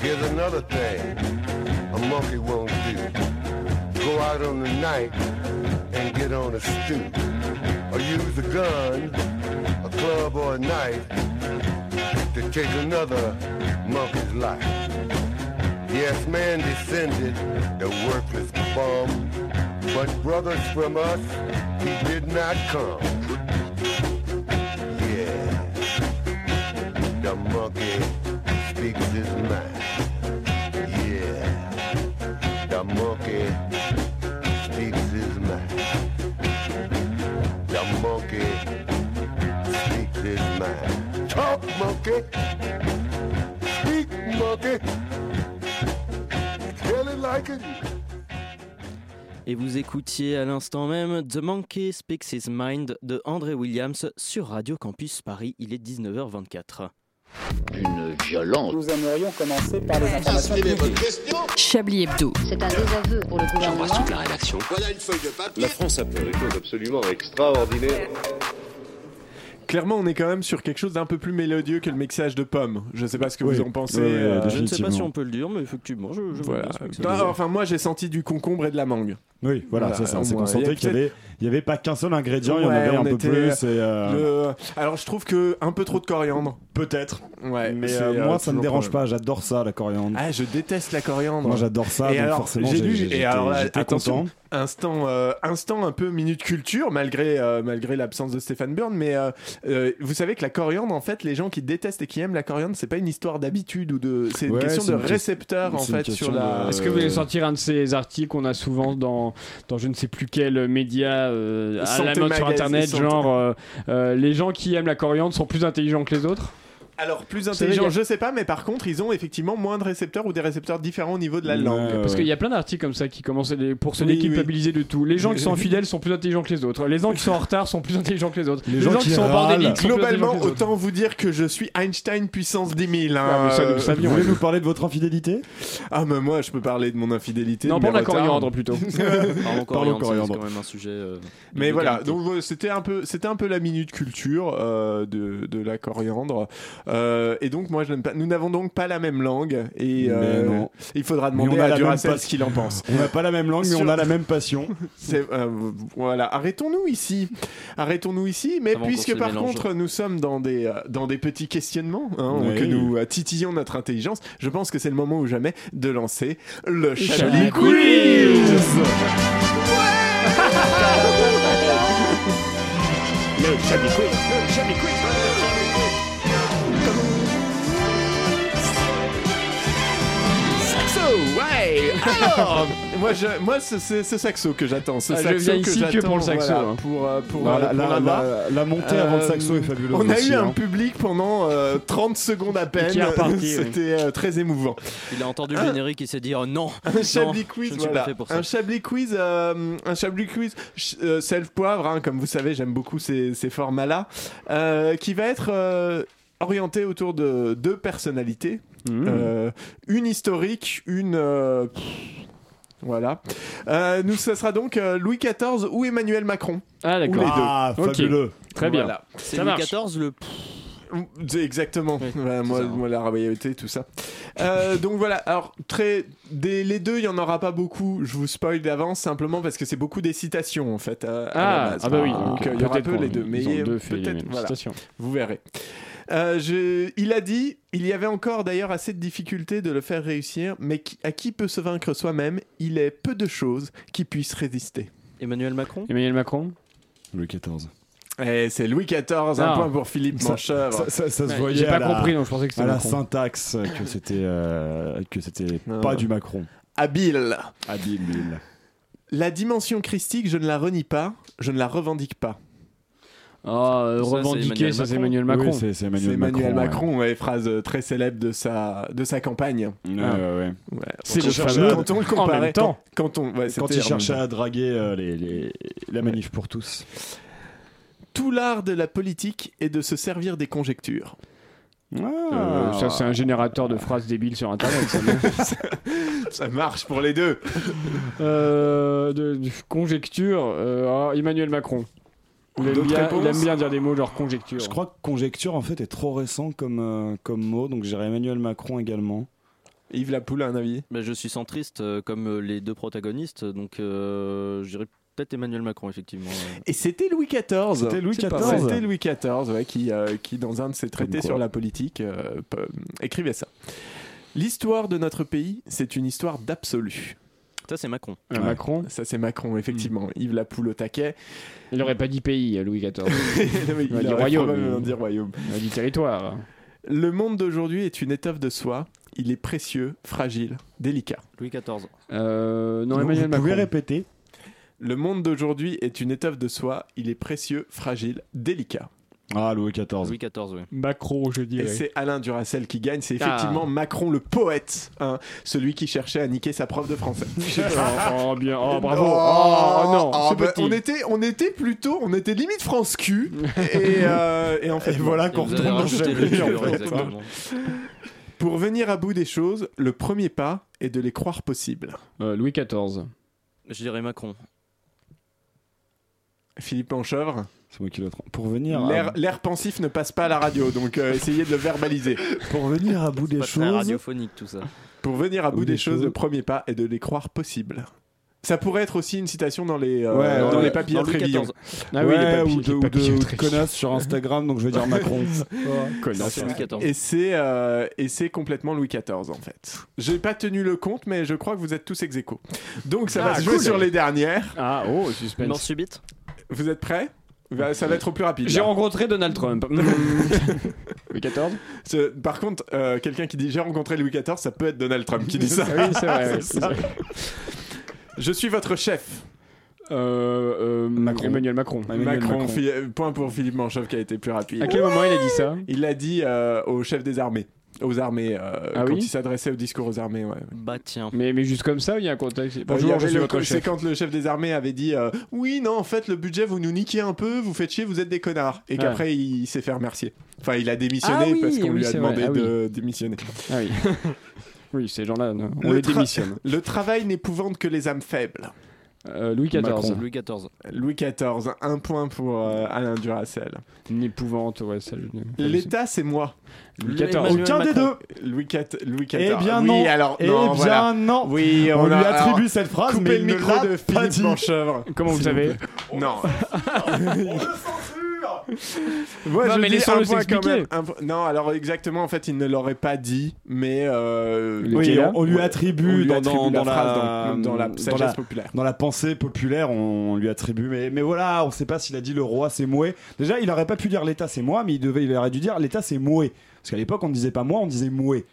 O: Here's another thing a monkey won't do. Go out on the night and get on a stoop. Or use a gun, a club, or a knife to take another monkey's life. Yes, man descended the worthless bum, but brothers from us, he did not come. Yeah, the monkey speaks his mind. Yeah, the monkey speaks his mind. The monkey speaks his mind. Talk, monkey. Speak, monkey. Tell it like it.
J: Et vous écoutiez à l'instant même The Monkey Speaks His Mind de André Williams sur Radio Campus Paris. Il est 19h24.
E: D'une violence.
J: Nous aimerions commencer par les
H: Chablis Hebdo.
G: C'est un désaveu pour le gouvernement.
E: la rédaction. Voilà une feuille de papier. La France a fait des choses absolument extraordinaires.
B: Clairement, on est quand même sur quelque chose d'un peu plus mélodieux que le mixage de pommes. Je sais pas ce que
A: Oui.
B: vous en pensez.
A: Ouais, ouais,
B: euh,
J: Je ne sais pas si on peut le dire, mais effectivement, je, je
B: Voilà.
J: vois bien ce que
B: Non,
J: c'est.
B: enfin, moi, j'ai senti du concombre et de la mangue.
A: Oui, voilà, c'est ça.
B: Bah, au
A: On s'est
B: moins. Il y
A: concentré
B: a
A: qu'il y
B: peut-être-
A: avait, il y avait pas qu'un seul ingrédient, il y en
B: Ouais,
A: avait
B: on
A: un peu
B: était,
A: plus. Et,
B: euh, le- Alors je trouve que un peu trop de coriandre.
A: Peut-être.
B: Ouais,
A: mais
B: c'est,
A: euh,
B: euh,
A: moi, ça me
B: toujours
A: dérange
B: problème.
A: pas. J'adore ça, la coriandre.
B: Ah, je déteste la coriandre.
A: Moi, j'adore ça.
B: Et
A: donc
B: alors,
A: forcément,
B: j'ai lu.
A: j'étais-
B: Et alors, là,
A: j'étais
B: attention,
A: content.
B: instant, euh, instant un peu minute culture, malgré euh, malgré l'absence de Stéphane Byrne. Mais euh, euh, vous savez que la coriandre, en fait, les gens qui détestent et qui aiment la coriandre, c'est pas une histoire d'habitude ou de. C'est une
I: Ouais,
B: question
I: c'est
B: de
I: une que-
B: récepteur, en
I: c'est une
B: fait, sur
I: question
B: la.
I: de- Est-ce que vous voulez sortir un de ces articles qu'on a souvent dans, dans je ne sais plus quel média euh, à la
B: Santé
I: mode sur
B: Magazine,
I: internet,
B: Santé-
I: genre euh, euh, les gens qui aiment la coriandre sont plus intelligents que les autres
B: Alors, plus
I: Vous savez,
B: intelligent,
I: il y a-
B: je sais pas, mais par contre, ils ont effectivement moins de récepteurs ou des récepteurs différents au niveau de la
I: Ouais,
B: langue.
I: Parce qu'il y a plein d'articles comme ça qui commencent à les- pour se
B: Oui,
I: déculpabiliser de tout. Les gens qui sont fidèles sont plus intelligents que les autres. Les gens qui sont en retard sont plus intelligents que les autres.
B: Les gens qui
I: sont bordéliques sont plus intelligents
B: Globalement,
I: que les autres.
B: autant vous dire que je suis Einstein puissance 10 000. Hein,
A: Ah, mais ça, nous
B: euh,
A: savions. Vous voulez nous parler de votre infidélité
B: Ah, mais moi, je peux parler de mon infidélité.
I: Non,
B: de mes
I: parle de la
B: retards.
I: coriandre, plutôt.
B: Parlons
J: Parlons coriandre, c'est- c'est
B: coriandre.
J: quand même un sujet. euh, de
B: Mais voilà,
J: qualité.
B: donc voilà, c'était un peu, c'était un peu la minute culture euh, de, de la coriandre. Euh, et donc moi, je n'aime pas. Nous n'avons donc pas la même langue et
A: Mais
B: euh,
A: non.
B: il faudra
A: Mais
B: demander à
A: la même
B: Duracell
A: pas-
B: ce qu'il en pense.
A: On n'a pas la même langue, mais
B: Sur-
A: on a la même passion.
B: C'est- euh, voilà, arrêtons-nous ici. Arrêtons-nous ici. Mais
A: Avant qu'on se
B: puisque par
A: mélange.
B: contre nous sommes dans des euh, dans des petits questionnements, hein,
A: Oui.
B: que nous euh, titillons notre intelligence, je pense que c'est le moment ou jamais de lancer le
A: Chablis
B: Chablis Quiz.
E: Le Chablis Quiz, le Chablis Quiz,
B: Saxo, ouais. Alors, moi, je, moi, c'est- c'est ce saxo que j'attends. Ce
I: Ah, je
B: saxo
I: viens ici que
B: j'attends,
I: pour le saxo,
B: voilà,
I: hein.
B: pour, euh, pour,
A: Non,
B: euh,
A: la-
B: pour
A: la-
B: l'avoir.
A: la- la montée avant le saxo est fabuleuse
B: On a
A: aussi,
B: eu un
A: hein.
B: public pendant euh, 30 secondes à peine.
J: Qui est reparti, oui.
B: C'était euh, très émouvant.
J: Il a entendu le générique, il s'est dit oh non.
B: Un
J: non,
B: Chablis
J: je
B: quiz,
J: ne suis
B: voilà.
J: pas fait pour ça.
B: Un Chablis quiz, euh, un Chablis quiz, ch- euh, self poivre, hein, comme vous savez, j'aime beaucoup ces, ces formats-là, euh, qui va être euh, orienté autour de deux personnalités,
J: Mmh.
B: Euh, une historique, une euh, pff, voilà. Euh, nous, ce sera donc euh, Louis XIV ou Emmanuel Macron.
I: Ah
B: Ou les deux.
A: Ah, fabuleux.
B: Voilà.
J: C'est Louis XIV, le.
B: C'est Exactement. Voilà, moi, moi, la rabaillabilité, tout ça. Euh, donc voilà. Alors très, des- les deux, il y en aura pas beaucoup. Je vous spoil d'avance simplement parce que c'est beaucoup des citations en fait. à- à
I: Ah,
B: la base.
I: ah bah oui,
B: Donc
I: ok.
B: euh, il y aura
I: Peut-être
B: peu
I: qu'on-
B: les deux,
I: ils
B: mais
I: ont
B: il y a-
I: deux fait les
B: peut-être.
I: mêmes
B: Voilà.
I: citations.
B: Vous verrez. Euh, je, il a dit, il y avait encore d'ailleurs assez de difficultés de le faire réussir, mais qui- à qui peut se vaincre soi-même Il est peu de choses qui puissent résister.
J: Emmanuel Macron
I: Emmanuel Macron
A: Louis XIV.
B: Eh, c'est Louis XIV, un
I: Ah.
A: Non.
B: point pour Philippe
A: Ça-
B: Manchevre.
A: Ça, ça- ça se voyait. à la- à la syntaxe que c'était euh, que c'était pas du Macron.
B: Habile.
A: Habile. Bill.
B: La dimension christique, je ne la renie pas, je ne la revendique pas.
I: Ah, euh, revendiquer, ça c'est Emmanuel Macron.
A: Oui, c'est- c'est Emmanuel
B: Emmanuel
A: Macron,
B: Macron, ouais, phrase euh, très célèbre de sa, de sa campagne.
A: Ouais, ouais, ouais.
B: Ouais.
A: C'est
B: Quand
A: le
B: on cherchait
A: fameux-
B: à- Quand on le
A: en
B: comparait.
A: même temps.
B: Quand, on, ouais,
A: Quand
B: c'était
A: il
B: en
A: cherchait
B: même temps.
A: à draguer euh, les, les- la manif pour tous.
B: Tout l'art de la politique est de se servir des conjectures.
I: Euh, ça c'est un générateur de phrases débiles sur internet. ça, non
B: Ça marche pour les deux.
I: Euh, de, de- conjecture, euh, ah, Emmanuel Macron. Il aime,
A: D'autres
I: bien,
A: réponses
I: il aime bien dire des mots genre conjecture.
A: Je crois que conjecture en fait est trop récent comme, euh, comme mot, donc j'irai Emmanuel Macron également.
B: Yves Lapoule a un avis
J: Bah, Je suis centriste euh, comme euh, les deux protagonistes, donc euh, je dirais peut-être Emmanuel Macron, effectivement. euh.
B: Et c'était Louis XIV.
J: C'était Louis
B: C'est pas
J: XIV.
B: mal. C'était Louis XIV, ouais, qui, euh, qui, dans un de ses traités
J: Comme quoi.
B: sur la politique, euh, pe- écrivait ça. L'histoire de notre pays, c'est une histoire d'absolu.
J: Ça, c'est Macron.
I: Ah, Macron
B: Ça, c'est Macron, effectivement. Yves Lapoule au taquet.
I: Il aurait pas dit pays, Louis XIV.
B: Non, mais
I: Il
B: il
I: a dit
B: aurait
I: royaume.
B: probablement dit royaume.
I: Il a dit territoire.
B: Le monde d'aujourd'hui est une étoffe de soie. Il est précieux, fragile, délicat.
J: Louis XIV.
I: Euh, non,
B: Vous-
I: Emmanuel
B: vous
I: Macron.
B: pouvez répéter Le monde d'aujourd'hui est une étoffe de soie. Il est précieux, fragile, délicat.
A: Ah, Louis XIV.
J: Louis XIV, oui.
I: Macron, je
B: Et c'est Alain Duracel qui gagne. C'est
I: Ah.
B: effectivement Macron le poète, hein, celui qui cherchait à niquer sa prof de français.
I: oh, oh, bien, oh, bravo. Oh, non,
B: oh,
I: c'est
B: bah,
I: petit.
B: on était, on était plutôt, on était limite France Q. et, euh, et en fait,
A: Et voilà qu'on
B: non.
A: Et vous retourne avez dans rajouté Chablis, le cure, en fait. exactement.
B: Pour venir à bout des choses, le premier pas est de les croire possibles.
I: Euh, Louis XIV.
J: Je dirais Macron.
B: Philippe Manchevre.
A: C'est moi qui le trompe. Pour venir à-
B: L'air- L'air pensif ne passe pas à la radio, donc euh, essayez de le verbaliser.
A: pour venir à bout des
J: Pas très
A: choses.
J: radiophonique, tout ça.
B: Pour venir à bout
A: Ou
B: des
A: des
B: choses,
A: choses.
B: le premier pas est de les croire possibles. Ça pourrait être aussi une citation dans les, euh,
A: Ouais,
B: dans
A: ouais.
B: les papilles
A: Dans
B: à
A: Louis
B: Trévillon.
A: XIV. Ah oui, les papilles, les papilles à Trévillon. Connasse. C'est Louis XIV.
B: Et c'est euh, et c'est complètement Louis XIV en fait. J'ai pas tenu le compte, mais je crois que vous êtes tous ex aequo. Donc ça va
J: Ah,
B: se jouer
J: cool.
B: sur les dernières.
I: Ah oh, suspense.
J: Mort subite.
B: Vous êtes prêts Bah, Ça va être au plus rapide.
I: J'ai
B: là.
I: rencontré Donald Trump.
B: Louis XIV Par contre, euh, quelqu'un qui dit j'ai rencontré Louis XIV, ça peut être Donald Trump qui dit ça.
I: Ah Oui, c'est vrai, oui,
B: ça.
I: c'est vrai.
B: Je suis votre chef.
I: Euh, Emmanuel Macron. Emmanuel
B: Macron,
I: Macron.
B: Fi- euh, point pour Philippe Manchov qui a été plus rapide.
I: À quel moment il a dit ça
B: Il l'a dit euh, au chef des armées. Aux armées, euh,
I: Ah
B: quand
I: oui
B: il s'adressait au discours aux armées. Ouais.
J: Bah tiens.
I: Mais, mais juste comme ça, il y a un contexte.
B: Bah, il
I: Bonjour,
B: y avait
I: je suis
B: le-
I: votre
B: C'est
I: chef.
B: quand le chef des armées avait dit euh, Oui, non, en fait, le budget, vous nous niquez un peu, vous faites chier, vous êtes des connards. Et
I: Ouais.
B: qu'après, il s'est fait remercier. Enfin, il a démissionné
I: Ah oui,
B: parce qu'on
I: oui,
B: lui a
I: c'est vrai,
B: demandé
I: ah oui.
B: de démissionner.
I: Ah oui. oui, ces gens-là, non, on
B: Le
I: les
B: tra-
I: démissionne.
B: Le travail n'épouvante que les âmes faibles.
I: Euh, Louis XIV.
J: Louis XIV.
B: Louis XIV, un point pour euh, Alain Duracel.
I: Une épouvante, ouais, ça. je-
B: L'État, c'est moi.
I: Louis XIV. Emmanuel
B: Aucun des
I: Macron.
B: deux. Louis XIV. Louis
A: Eh
B: XIV.
A: bien
B: oui,
A: non.
B: Alors,
A: eh
B: non,
A: bien
B: voilà.
A: non.
B: Oui,
A: on, lui
B: a-
A: attribue
B: alors,
A: cette phrase,
B: coupez
A: Ah, mais
B: le
A: il ne
B: micro
A: l'a
B: de
A: pas
B: Philippe
A: dit.
B: Manchevre.
I: Comment vous
B: S'il
I: savez
B: plaît. Non.
I: Non,
B: je
I: mais
B: dis
I: laissons-le
B: un point quand
I: s'expliquer.
B: même, un point- Non, alors exactement, en fait, il ne l'aurait pas dit, mais. euh,
A: Oui, hein. on, on lui
B: Ouais,
A: attribue,
B: on lui
A: dans,
B: attribue
A: dans- dans
B: la
A: la,
B: phrase, dans- dans la sagesse
A: la-
B: populaire.
A: dans la pensée populaire, on, on lui attribue. Mais, mais voilà, on ne sait pas s'il a dit le roi c'est moué. Déjà, il aurait pas pu dire l'État c'est moi, mais il devait, il aurait dû dire l'État c'est moué. Parce qu'à l'époque, on ne disait pas moi, on disait moué.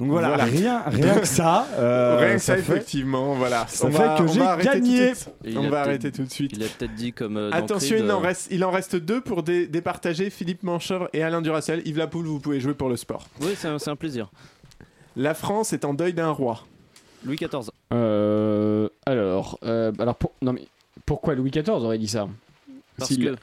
A: Donc voilà,
B: Voilà.
A: Rien, rien que ça. euh,
B: Rien que ça,
A: fait-
B: effectivement, voilà.
A: ça
B: On
A: fait
B: va-
A: que
B: on
A: j'ai
B: va arrêter tout de
A: gagné.
B: suite.
J: Et il
B: On
J: a
B: va
J: peut-être-
B: arrêter tout de suite.
J: Il a peut-être dit comme. euh, dans
B: Attention,
J: Creed,
B: il en,
J: euh,
B: reste, il en reste deux pour dé- départager Philippe Manchevre et Alain Duracel. Yves Lapoule, vous pouvez jouer pour le sport.
J: Oui, c'est un, c'est un plaisir.
B: La France est en deuil d'un roi.
J: Louis XIV.
I: Euh, alors, euh, alors pour- non mais pourquoi Louis XIV aurait dit ça
J: Parce
I: S'il-
J: que.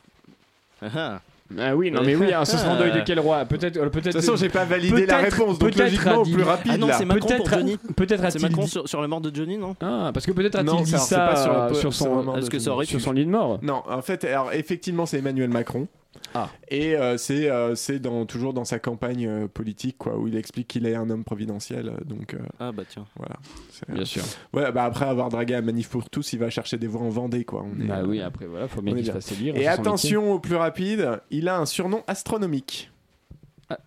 J: Ah,
I: Ah oui, non mais oui, alors ce sera en deuil de quel roi Peut-être, euh, peut-être.
B: De toute façon, j'ai pas validé la
I: peut-être-
B: réponse, donc
I: peut-être
B: logiquement, au
I: a dit-
B: plus rapide,
J: Ah non,
B: là.
J: c'est Macron pour
I: Peut-être a-
J: Johnny.
I: peut-être
J: C'est
I: a-t-il
J: Macron
I: dit-
J: sur, sur la mort de Johnny, non
I: Ah, parce que peut-être
B: Non,
I: a-t-il dit
B: ça, c'est pas
I: ça
B: sur un
I: euh,
B: peu-
I: sur
B: sur un
I: son
B: mort de
I: est-ce que ça
B: Johnny.
I: aurait sur son lit de mort.
B: Non, en fait, alors effectivement, c'est Emmanuel Macron.
I: Ah.
B: Et euh, c'est euh, c'est dans, toujours dans sa campagne euh, politique, quoi, où il explique qu'il est un homme providentiel. euh, donc, euh,
J: Ah bah tiens.
B: voilà. C'est-
I: Bien sûr.
B: Ouais, bah après avoir dragué à Manif pour tous, il va chercher des voix en Vendée, quoi. On est-
J: Ah
I: Bah oui, après voilà, faut
B: on
I: bien
B: est
I: qu'il se
B: Ah, bien.
I: fasse élire.
B: Et
I: c'est son métier.
B: attention au plus rapide, il a un surnom astronomique.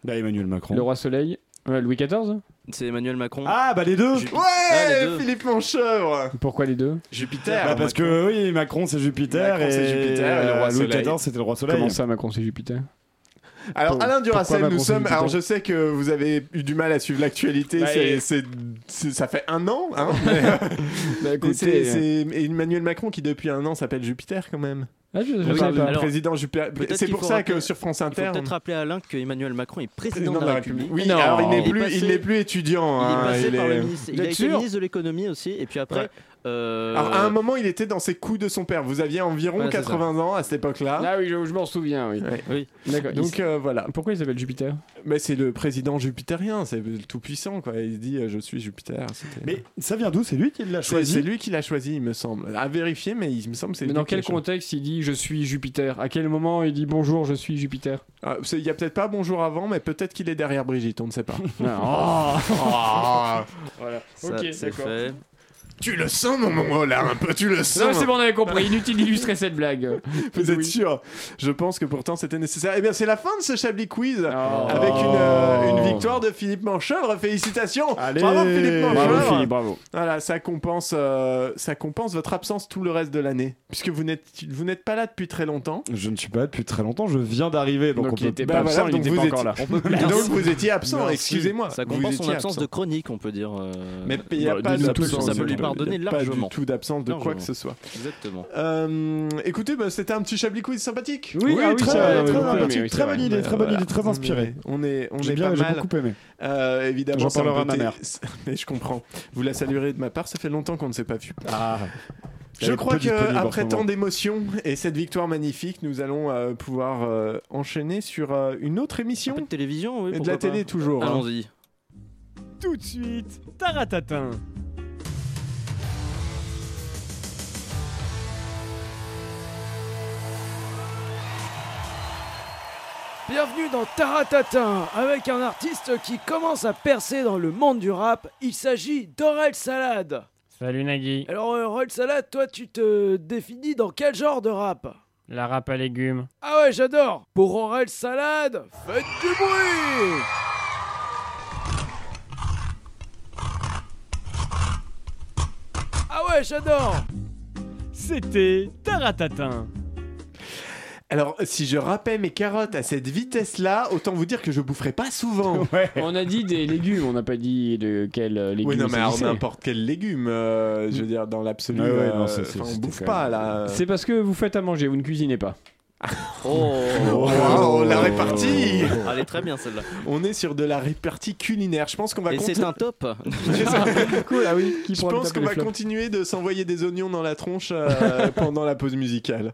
A: Bah, Emmanuel Macron.
I: le roi Soleil, euh, Louis XIV.
J: C'est Emmanuel Macron.
A: Ah bah les deux.
J: Ju-
B: Ouais,
J: Ah, les deux.
B: Philippe Manchevre
I: Pourquoi les deux
B: Jupiter
A: Bah, parce que oui, Macron c'est Jupiter
B: Macron, c'est
A: et,
B: Jupiter, et le roi
A: euh, Louis
B: Soleil.
A: XIV c'était le roi Soleil.
I: Comment ça, Macron, c'est Jupiter
B: Alors
I: Pour-
B: Alain Duracell,
I: pourquoi
B: nous
I: Macron, c'est
B: sommes.
I: Jupiter
B: Alors je sais que vous avez eu du mal à suivre l'actualité.
I: Bah,
B: c'est-
I: et-
B: c'est- c'est- ça fait un an. Hein, mais-
I: Bah
B: Et
I: écoutez,
B: c'est c'est Emmanuel Macron qui depuis un an s'appelle Jupiter quand même.
I: Ah, je, je
B: On
I: savais
B: parle
I: pas.
B: du président Jupiter.
J: Peut-être
B: C'est
J: qu'il
B: pour
J: faut
B: ça
J: rappeler-
B: que sur France
J: Il faut
B: Inter.
J: peut-être rappeler à Alain que Emmanuel Macron est président,
B: président
J: de la République.
B: Oui,
I: Non.
B: alors il n'est
J: Il est
B: plus,
J: passé-
B: il n'est plus étudiant.
J: Il est
B: hein,
J: passé
B: il
J: par
B: est-
J: le ministre. Il
B: Vous
J: a
B: êtes
J: été
B: sûr
J: ministre de l'économie aussi, et puis après.
B: Ouais.
J: euh,
B: Alors à un moment, il était dans ses coups de son père. Vous aviez environ
J: Voilà, c'est
B: 80 ans à cette époque-là.
I: Ah oui, je, je m'en souviens, oui.
B: Ouais.
J: Oui.
I: D'accord.
B: Donc
I: il-
B: euh, voilà.
I: pourquoi il s'appelle Jupiter
B: Mais c'est le président jupitérien, c'est le tout puissant quoi. Il se dit euh, je suis Jupiter. C'était-
A: Mais ça vient d'où C'est lui qui l'a
B: C'est
A: choisi.
B: c'est lui qui l'a choisi, il me semble. À vérifier, mais il me semble que c'est.
I: Mais
B: lui
I: dans
B: qui l'a
I: quel
B: choisi.
I: contexte il dit je suis Jupiter À quel moment il dit bonjour, je suis Jupiter
B: Ah, c'est- Il y a peut-être pas bonjour avant, mais peut-être qu'il est derrière Brigitte, on ne sait pas.
I: Ah, oh.
B: Ah.
I: Voilà.
J: ça, c'est fait.
B: tu le sens mon mon là un peu, tu le
I: Non,
B: sens.
I: c'est bon, on avait compris. Inutile d'illustrer cette blague.
B: Vous êtes sûr Je pense que pourtant c'était nécessaire. Eh bien, c'est la fin de ce Chablis Quiz avec
I: Oh.
B: une, euh, une victoire de Philippe Manchevre. Félicitations
A: Allez.
B: Bravo Philippe Manchevre
I: Ah. Bravo, Philippe, bravo.
B: Voilà, ça compense, euh, ça compense votre absence tout le reste de l'année, puisque vous n'êtes vous n'êtes pas là depuis très longtemps.
A: Je ne suis pas là depuis très longtemps, je viens d'arriver donc,
I: Donc,
A: on
I: il
A: peut
I: était pas
B: Bah voilà,
I: absent, il
B: donc
I: était
B: vous
I: pas encore
B: étiez-
I: là.
J: On peut plus
B: Et
J: dire
B: Donc
J: ça.
B: vous étiez absent,
A: Merci.
B: excusez-moi.
J: Ça
B: Ah, Vous
J: compense son
B: étiez
J: absence
B: absent.
J: de chronique, on peut dire. euh,
B: Mais il n'y a
J: bah,
B: pas
J: du
B: d'absence
J: tout, ça peut
B: de-
J: lui pardonner
B: il y a Pas
J: largement.
B: du tout d'absence de quoi
J: Largement.
B: que ce soit.
J: Exactement.
B: Euh, écoutez, bah, c'était un petit Chablis quiz sympathique.
A: Oui,
I: ah oui,
A: très,
I: ça,
A: très,
I: oui,
A: très,
I: oui,
A: sympathique,
I: oui, oui,
A: très
I: c'est
A: bonne
I: vrai.
A: idée, très bonne
B: Voilà.
A: idée, très inspirée.
B: On est, on
A: J'ai
B: est
A: bien,
B: pas
A: j'ai
B: mal.
A: beaucoup aimé.
B: Euh, évidemment,
A: J'en
B: c'est un
A: parlerai
B: peu
A: à ma
B: té-
A: mère.
B: Mais je comprends. Vous la saluerez de ma part. Ça fait longtemps qu'on ne s'est pas vu.
A: Ah.
B: Je crois que après tant d'émotions et cette victoire magnifique, nous allons euh, pouvoir euh, enchaîner sur euh, une autre
J: Un peu de
B: émission
J: télévision, Ah, oui.
B: et de
J: pourquoi
B: la
J: pas.
B: télé toujours. hein.
J: Allons-y.
L: Tout de suite, Taratatin.
M: Bienvenue dans Taratatin avec un artiste qui commence à percer dans le monde du rap. Il s'agit d'Aurel Salade.
P: Salut Nagui.
M: Alors, euh, Roll Salad, toi, tu te définis dans quel genre de rap
P: La râpe à légumes.
M: Ah ouais, j'adore Pour Aurel Salade, faites du bruit Ah ouais, j'adore
Q: C'était Taratatin.
B: Alors, si je râpais mes carottes à cette vitesse-là, autant vous dire que je boufferais pas souvent.
I: On a dit des légumes, on n'a pas dit de quels euh, légumes.
B: Oui, non,
I: il
B: mais alors
I: s'agissait.
B: n'importe quel légume, euh, je veux dire, dans l'absolu,
J: Ah
R: Ouais, ouais,
B: euh,
R: non, c'est- c'est-
B: enfin, on
R: c'était
B: bouffe
R: quand
B: pas
R: même-
B: là.
I: C'est parce que vous faites à manger, vous ne cuisinez pas.
J: Oh,
B: Wow, oh, la répartie
J: Elle est très bien celle-là.
B: On est sur de la répartie culinaire. Je pense qu'on va
J: Et c'est
B: conti-
J: un top.
B: Cool, ah oui.
I: Qui
B: Je
I: pourra me
B: pense
I: taper
B: qu'on
I: les
B: va
I: flops
B: continuer de s'envoyer des oignons dans la tronche euh, pendant la pause musicale.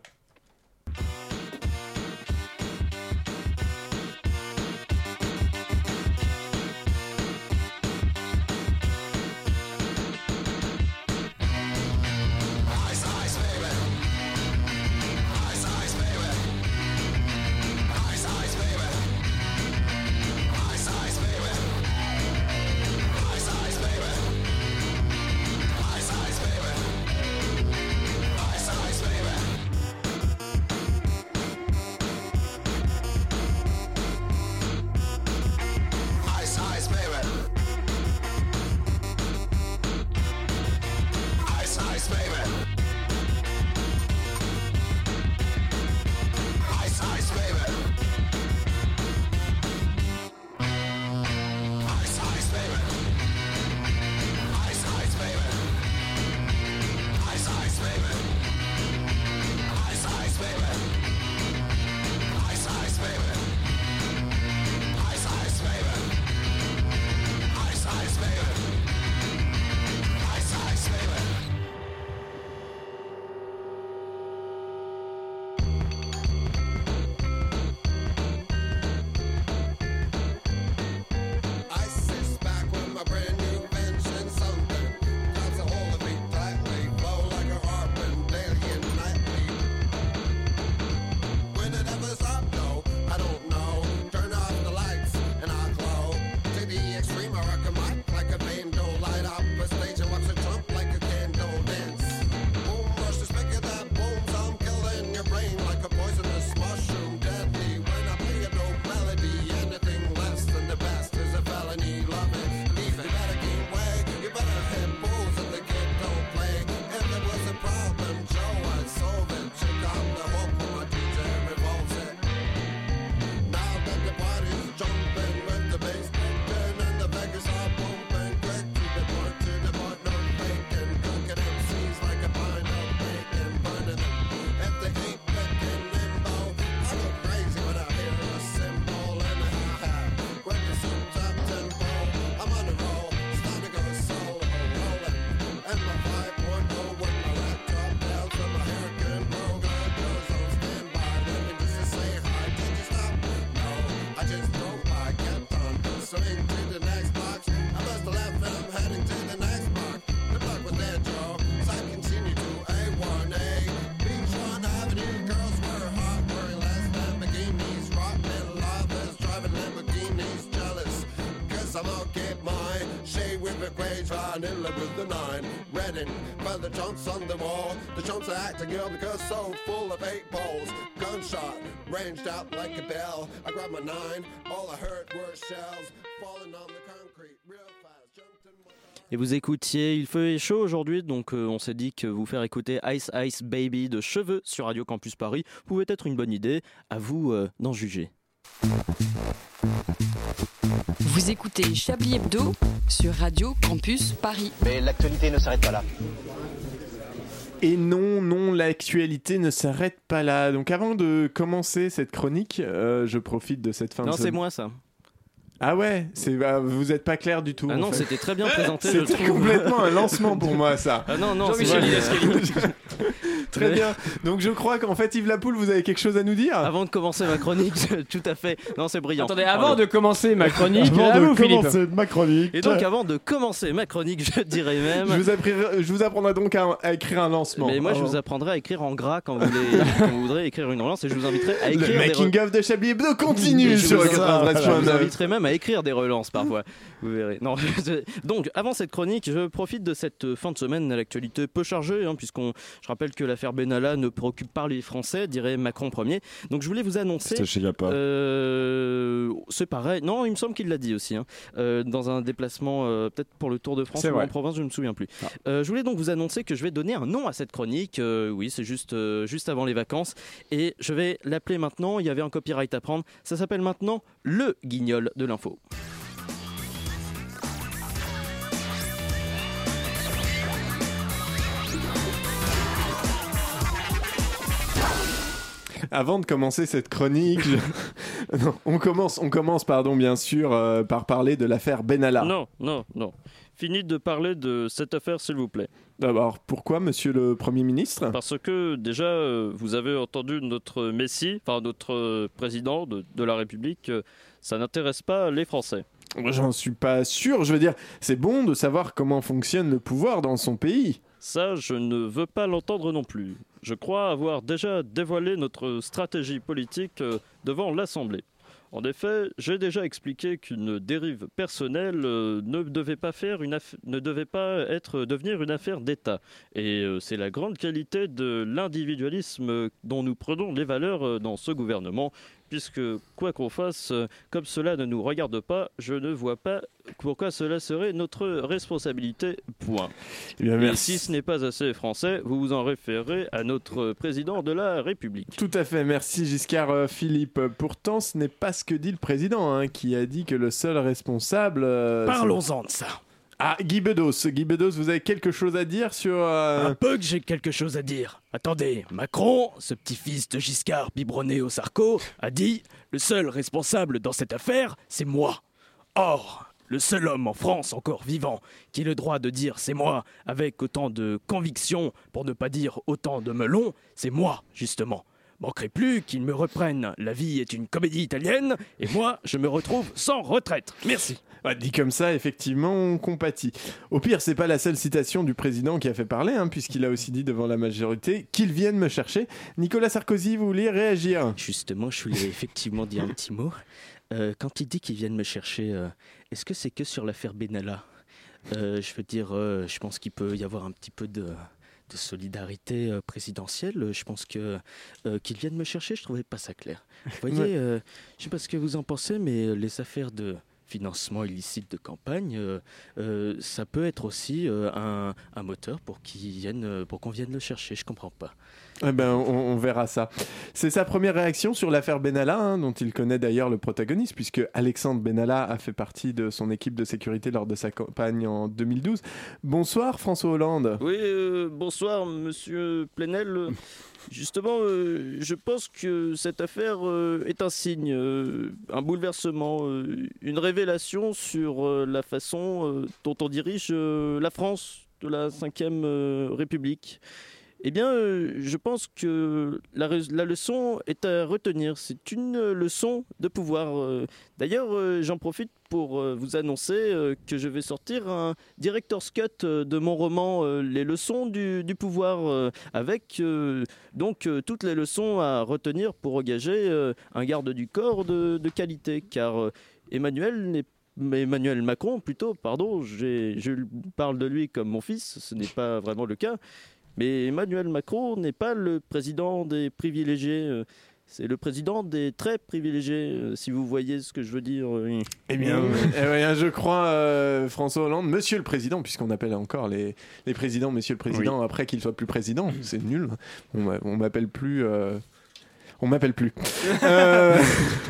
S: I sits back with my brand new invention, something grabs a hold of me tightly, blow like a harp and daily and nightly. When it ever stopped, though, I don't know. Turn off the lights and I'll glow. To the extreme, I rock a mic like a bando, light up a stage and watch a trump like a candle dance. Boom, rush the speaker that booms, I'm killing your brain like a poisonous mushroom, deadly. When I play a dope melody, anything less than the best is a felony. Love it, leave it, better keep way. You better hit bulls if the kid don't play. If there was a problem, Joe, I'd solve it. Check out the hook when my DJ revolves it. Now that the party's jumping with the bass, then and the beggars are pumping. Quick to the point, to the point, no faking. Cooking MCs like a pine of bacon, burning them. If they ain't picking limbo, I go crazy when I hear a cymbal and a hi-hat. When the suit's up tempo, I'm on a roll. It's time to go solo, rolling. And my 5.0 with my laptop down from my hurricane program goes on standby. Let me just say hi. Did you stop? No, I just drove by, kept on swing to the next box. I must have left and I'm heading to the next block. The block was there, Joe, so I continue to A1A. Beach Lawn Avenue, girls were hot, wearing less Lamborghinis, rockin' lovers, driving Lamborghinis, jealous. Guess I'm out, get mine. Shade with the grains, vanilla with the nine. Redding, by the chunks on the wall. The chunks are acting ill because so full of eight balls. Gunshot, ranged out like a bell. I grabbed my nine, all I heard were shells falling on the concrete real fast. Jumped in my
J: Et vous écoutiez Il fait chaud aujourd'hui, donc euh, on s'est dit que vous faire écouter Ice Ice Baby de Cheveux sur Radio Campus Paris pouvait être une bonne idée. À vous euh, d'en juger.
E: Vous écoutez Chablis Hebdo sur Radio Campus Paris.
H: Mais l'actualité ne s'arrête pas là.
B: Et non, non, l'actualité ne s'arrête pas là. Donc avant de commencer cette chronique, euh, je profite de cette fin de
J: non, c'est
B: sem-
J: moi ça.
B: Ah ouais, c'est bah, vous êtes pas clair du tout.
J: Ah
B: en
J: non,
B: fait.
J: c'était très bien présenté, je
B: C'était
J: trouve.
B: complètement un lancement pour moi ça.
J: Ah non, non, c'est vrai.
B: Jean-Michel Très bien. Donc je crois qu'en fait, Yves Lapoule, vous avez quelque chose à nous dire
J: Avant de commencer ma chronique, tout à fait. Non, c'est brillant.
I: Attendez, avant de commencer ma chronique,
B: Avant
I: à
B: de
I: vous, Philippe.
B: commencer ma chronique.
J: Et donc, avant de commencer ma chronique, je dirais même.
B: Je vous, apprendrai, je vous apprendrai donc à, à écrire un lancement.
J: Ah, bah. Mais moi, je vous apprendrai à écrire en gras quand vous, voulez- quand vous voudrez écrire une relance et je vous inviterai à écrire.
B: Le
J: des
B: making
J: re-
B: of de Chablis Hebdo continue
J: Et je
B: sur
J: vous,
B: le
J: je vous
B: 93.9.
J: inviterai même à écrire des relances parfois. Vous verrez. Non, je- donc, avant cette chronique, je profite de cette euh, fin de semaine à l'actualité peu chargée, hein, puisqu'on, je rappelle que l'affaire Benalla ne préoccupe pas les Français, dirait Macron premier. Donc, je voulais vous annoncer.
A: C'était chez Gappa.
J: Euh, c'est pareil. Non, il me semble qu'il l'a dit aussi. hein. Euh, dans un déplacement, euh, peut-être pour le Tour de France
I: C'est
J: ou
I: vrai.
J: en province, je ne me souviens plus. Euh, je voulais donc vous annoncer que je vais donner un nom à cette chronique. Euh, oui, c'est juste, euh, juste avant les vacances. Et je vais l'appeler maintenant. Il y avait un copyright à prendre. Ça s'appelle maintenant Le Guignol de l'info.
B: Avant de commencer cette chronique, je- Non, on commence, on commence pardon, bien sûr, euh, par parler de l'affaire Benalla.
J: Non, non, non. Fini de parler de cette affaire, s'il vous plaît.
B: D'abord, pourquoi, monsieur le Premier ministre
T: Parce que déjà, euh, vous avez entendu notre Messie, enfin notre euh, président de, de la République, euh, ça n'intéresse pas les Français.
B: J'en suis pas sûr. Je veux dire, c'est bon de savoir comment fonctionne le pouvoir dans son pays.
T: Ça, je ne veux pas l'entendre non plus. Je crois avoir déjà dévoilé notre stratégie politique euh, devant l'Assemblée. En effet, j'ai déjà expliqué qu'une dérive personnelle euh, ne devait pas faire une aff- ne devait pas être euh, devenir une affaire d'État. Et euh, c'est la grande qualité de l'individualisme euh, dont nous prenons les valeurs euh, dans ce gouvernement, puisque quoi qu'on fasse, euh, comme cela ne nous regarde pas, je ne vois pas pourquoi cela serait notre responsabilité. Point.
B: Eh bien, merci.
T: Et si ce n'est pas assez français, vous vous en référez à notre président de la République.
B: Tout à fait, merci Giscard euh, Philippe. Pourtant, ce n'est pas ce que dit le président, hein, qui a dit que le seul responsable. euh,
U: Parlons-en
B: c'est-
U: de ça.
B: Ah, Guy Bedos, Guy Bedos, vous avez quelque chose à dire sur. euh,
J: Ah.
U: Un peu que j'ai quelque chose à dire. Attendez, Macron, ce petit-fils de Giscard biberonné au Sarko, a dit Le seul responsable dans cette affaire, c'est moi. Or, le seul homme en France encore vivant qui ait le droit de dire c'est moi avec autant de conviction, pour ne pas dire autant de melon, c'est moi, justement. Manquerait plus qu'il me reprenne. La vie est une comédie italienne et moi, je me retrouve sans retraite. Merci.
B: bah, dit comme ça, effectivement, on compatit. Au pire, c'est pas la seule citation du président qui a fait parler, hein, puisqu'il a aussi dit devant la majorité qu'il vienne me chercher. Nicolas Sarkozy, vous voulez réagir
J: Justement, je voulais effectivement dire un petit mot. Euh, quand il dit qu'ils viennent me chercher, euh, est-ce que c'est que sur l'affaire Benalla Euh, Je veux dire, euh, je pense qu'il peut y avoir un petit peu de, de solidarité euh, présidentielle. Je pense que euh, qu'ils viennent me chercher, je trouvais pas ça clair. Vous voyez,
V: Ouais.
J: euh, je sais pas ce que vous en pensez, mais euh, les affaires de financement illicite de campagne, euh, euh, ça peut être aussi euh, un, un moteur pour qu'ils viennent, euh, pour qu'on vienne le chercher. Je comprends pas.
B: Eh ben, on, on verra ça. C'est sa première réaction sur l'affaire Benalla, hein, dont il connaît d'ailleurs le protagoniste, puisque Alexandre Benalla a fait partie de son équipe de sécurité lors de sa campagne en 2012. Bonsoir François Hollande.
T: Oui, euh, bonsoir, monsieur Plenel. Euh, Justement, euh, je pense que cette affaire euh, est un signe, euh, un bouleversement, euh, une révélation sur euh, la façon euh, dont on dirige euh, la France de la Ve euh, République. Eh bien, euh, je pense que la, re- la leçon est à retenir. C'est une euh, leçon de pouvoir. euh. D'ailleurs, euh, j'en profite pour euh, vous annoncer euh, que je vais sortir un director's cut euh, de mon roman euh, Les leçons du, du pouvoir, euh, avec euh, donc euh, toutes les leçons à retenir pour engager euh, un garde du corps de, de qualité, car euh, Emmanuel n'est mais Emmanuel Macron, plutôt, pardon, j'ai- je parle de lui comme mon fils, ce n'est pas vraiment le cas. Mais Emmanuel Macron n'est pas le président des privilégiés, euh, c'est le président des très privilégiés, euh, si vous voyez ce que je veux dire. euh, oui.
B: Eh bien, eh ouais, hein, je crois euh, François Hollande, Monsieur le Président, puisqu'on appelle encore les, les présidents Monsieur le Président après qu'il soit plus président, c'est nul. On m'a- on m'appelle plus. euh, on m'appelle plus. Euh,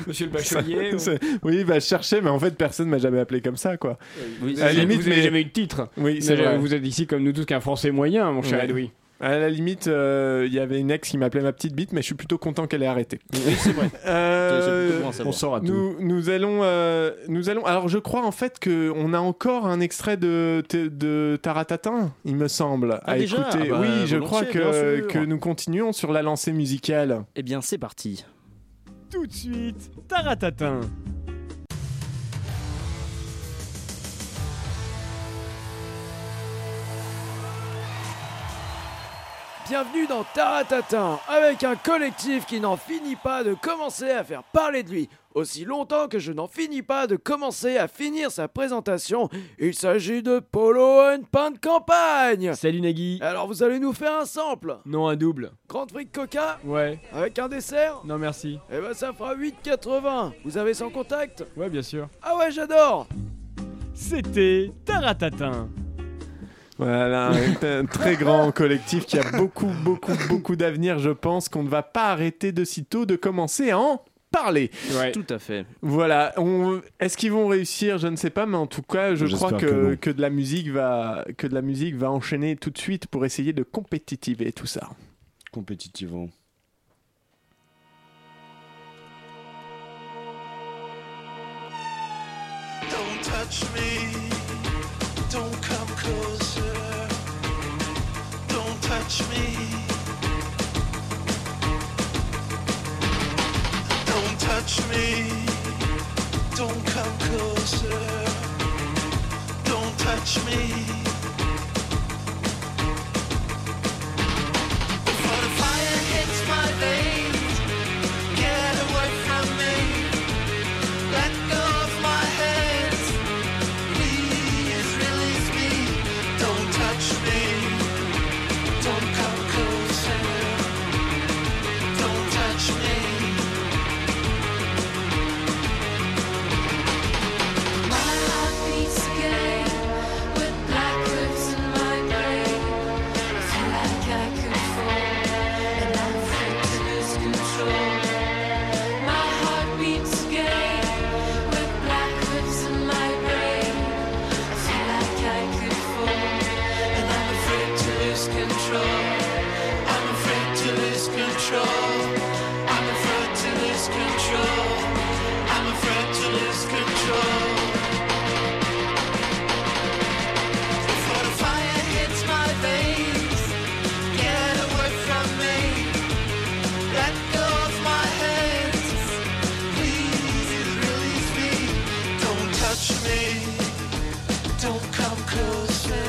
I: Monsieur le bachelier,
B: ça-
I: ou-
B: c'est- Oui, bah, je cherchais, mais en fait, personne m'a jamais appelé comme ça, quoi.
I: Vous
B: À la
I: avez-
B: limite,
I: vous avez
B: mais-
I: jamais eu de titre.
B: Oui, c'est
I: Mais, euh,
B: vrai.
I: Vous êtes ici comme nous tous qu'un Français moyen, mon cher
B: Ouais.
I: Edoui.
B: À la limite, euh, il y avait une ex qui m'appelait ma petite bite, mais je suis plutôt content qu'elle ait arrêté.
J: Oui, c'est vrai.
B: Euh,
J: C'est plutôt bon à savoir. On sort à tout.
B: Nous, nous allons, euh, nous allons. Alors, je crois en fait que on a encore un extrait de de, de Taratatin, il me semble,
J: Ah,
B: à
J: déjà
B: écouter.
J: Ah bah,
B: oui, je crois
J: volontiers, bien
B: que
J: sûr.
B: que nous continuons sur la lancée musicale.
J: Eh bien, c'est parti.
L: Tout de suite, Taratatin.
M: Bienvenue dans Taratatin, avec un collectif qui n'en finit pas de commencer à faire parler de lui. Aussi longtemps que je n'en finis pas de commencer à finir sa présentation, il s'agit de Polo and Pain de Campagne
L: Salut Nagui
M: Alors vous allez nous faire un sample
L: Non, un double.
M: Grande fric coca
L: Ouais.
M: Avec un dessert
L: Non, merci.
M: Eh ben ça fera 8,80 Vous avez sans contact
L: Ouais, bien sûr.
M: Ah ouais, j'adore
L: C'était Taratatin.
B: Voilà, un un très grand collectif qui a beaucoup, beaucoup, beaucoup d'avenir, je pense, qu'on ne va pas arrêter de sitôt de commencer à en parler.
J: Tout à fait.
B: Voilà, on- est-ce qu'ils vont réussir Je ne sais pas, mais en tout cas, je
J: J'espère
B: crois que,
J: que
B: que,
J: non.
B: de la musique va que de la musique va enchaîner tout de suite pour essayer de compétitiver tout ça.
A: Compétitivement.
E: Don't touch me. Don't come closer. Don't touch me. Don't touch me. Don't come closer. Don't touch me. Before the fire hits my veins, get away from me. Let go of my hands. Please release me. Don't touch me. Don't come closer. Don't touch me.
V: My heart beats again with black cliffs in my brain. I feel like I could fall, and I'm afraid to lose control. My heart beats again with black cliffs in my brain. I feel like I could fall, and I'm afraid to lose control.
E: I'm afraid to lose control. I'm afraid to lose control. I'm afraid to lose control. Before the fire hits my veins, get away from me. Let go of my hands. Please release me. Don't touch me. Don't come closer.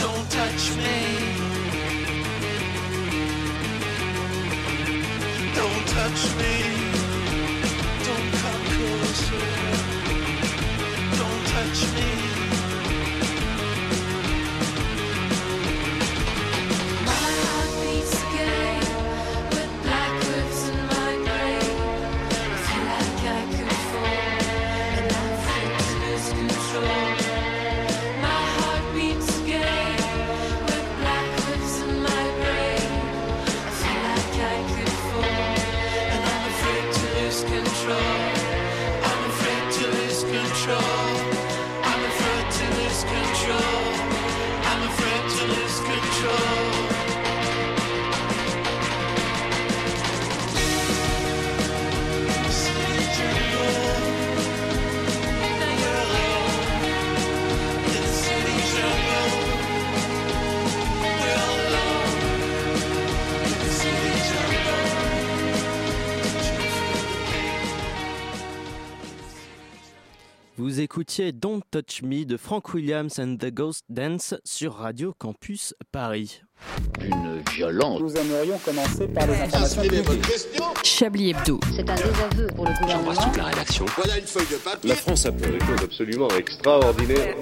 E: Don't touch me. Don't touch me. Don't come closer. Don't touch me.
V: My heart beats again with black cliffs in my brain. I feel like I could fall, and I'm afraid to lose control. My heart beats again with black cliffs in my brain. I feel like I could fall, and I'm afraid to lose control.
E: I'm afraid to lose control. I'm afraid to lose control. I'm afraid to lose control.
J: Vous écoutiez Don't Touch Me de Frank Williams and the Ghost Dance sur Radio Campus Paris. Une violence.
F: Nous aimerions commencer par les
J: informations publiques.
H: Chablis Hebdo.
G: C'est un désaveu pour le gouvernement.
F: toute la rédaction.
E: Voilà une feuille de papier.
D: La France a fait des choses absolument extraordinaires.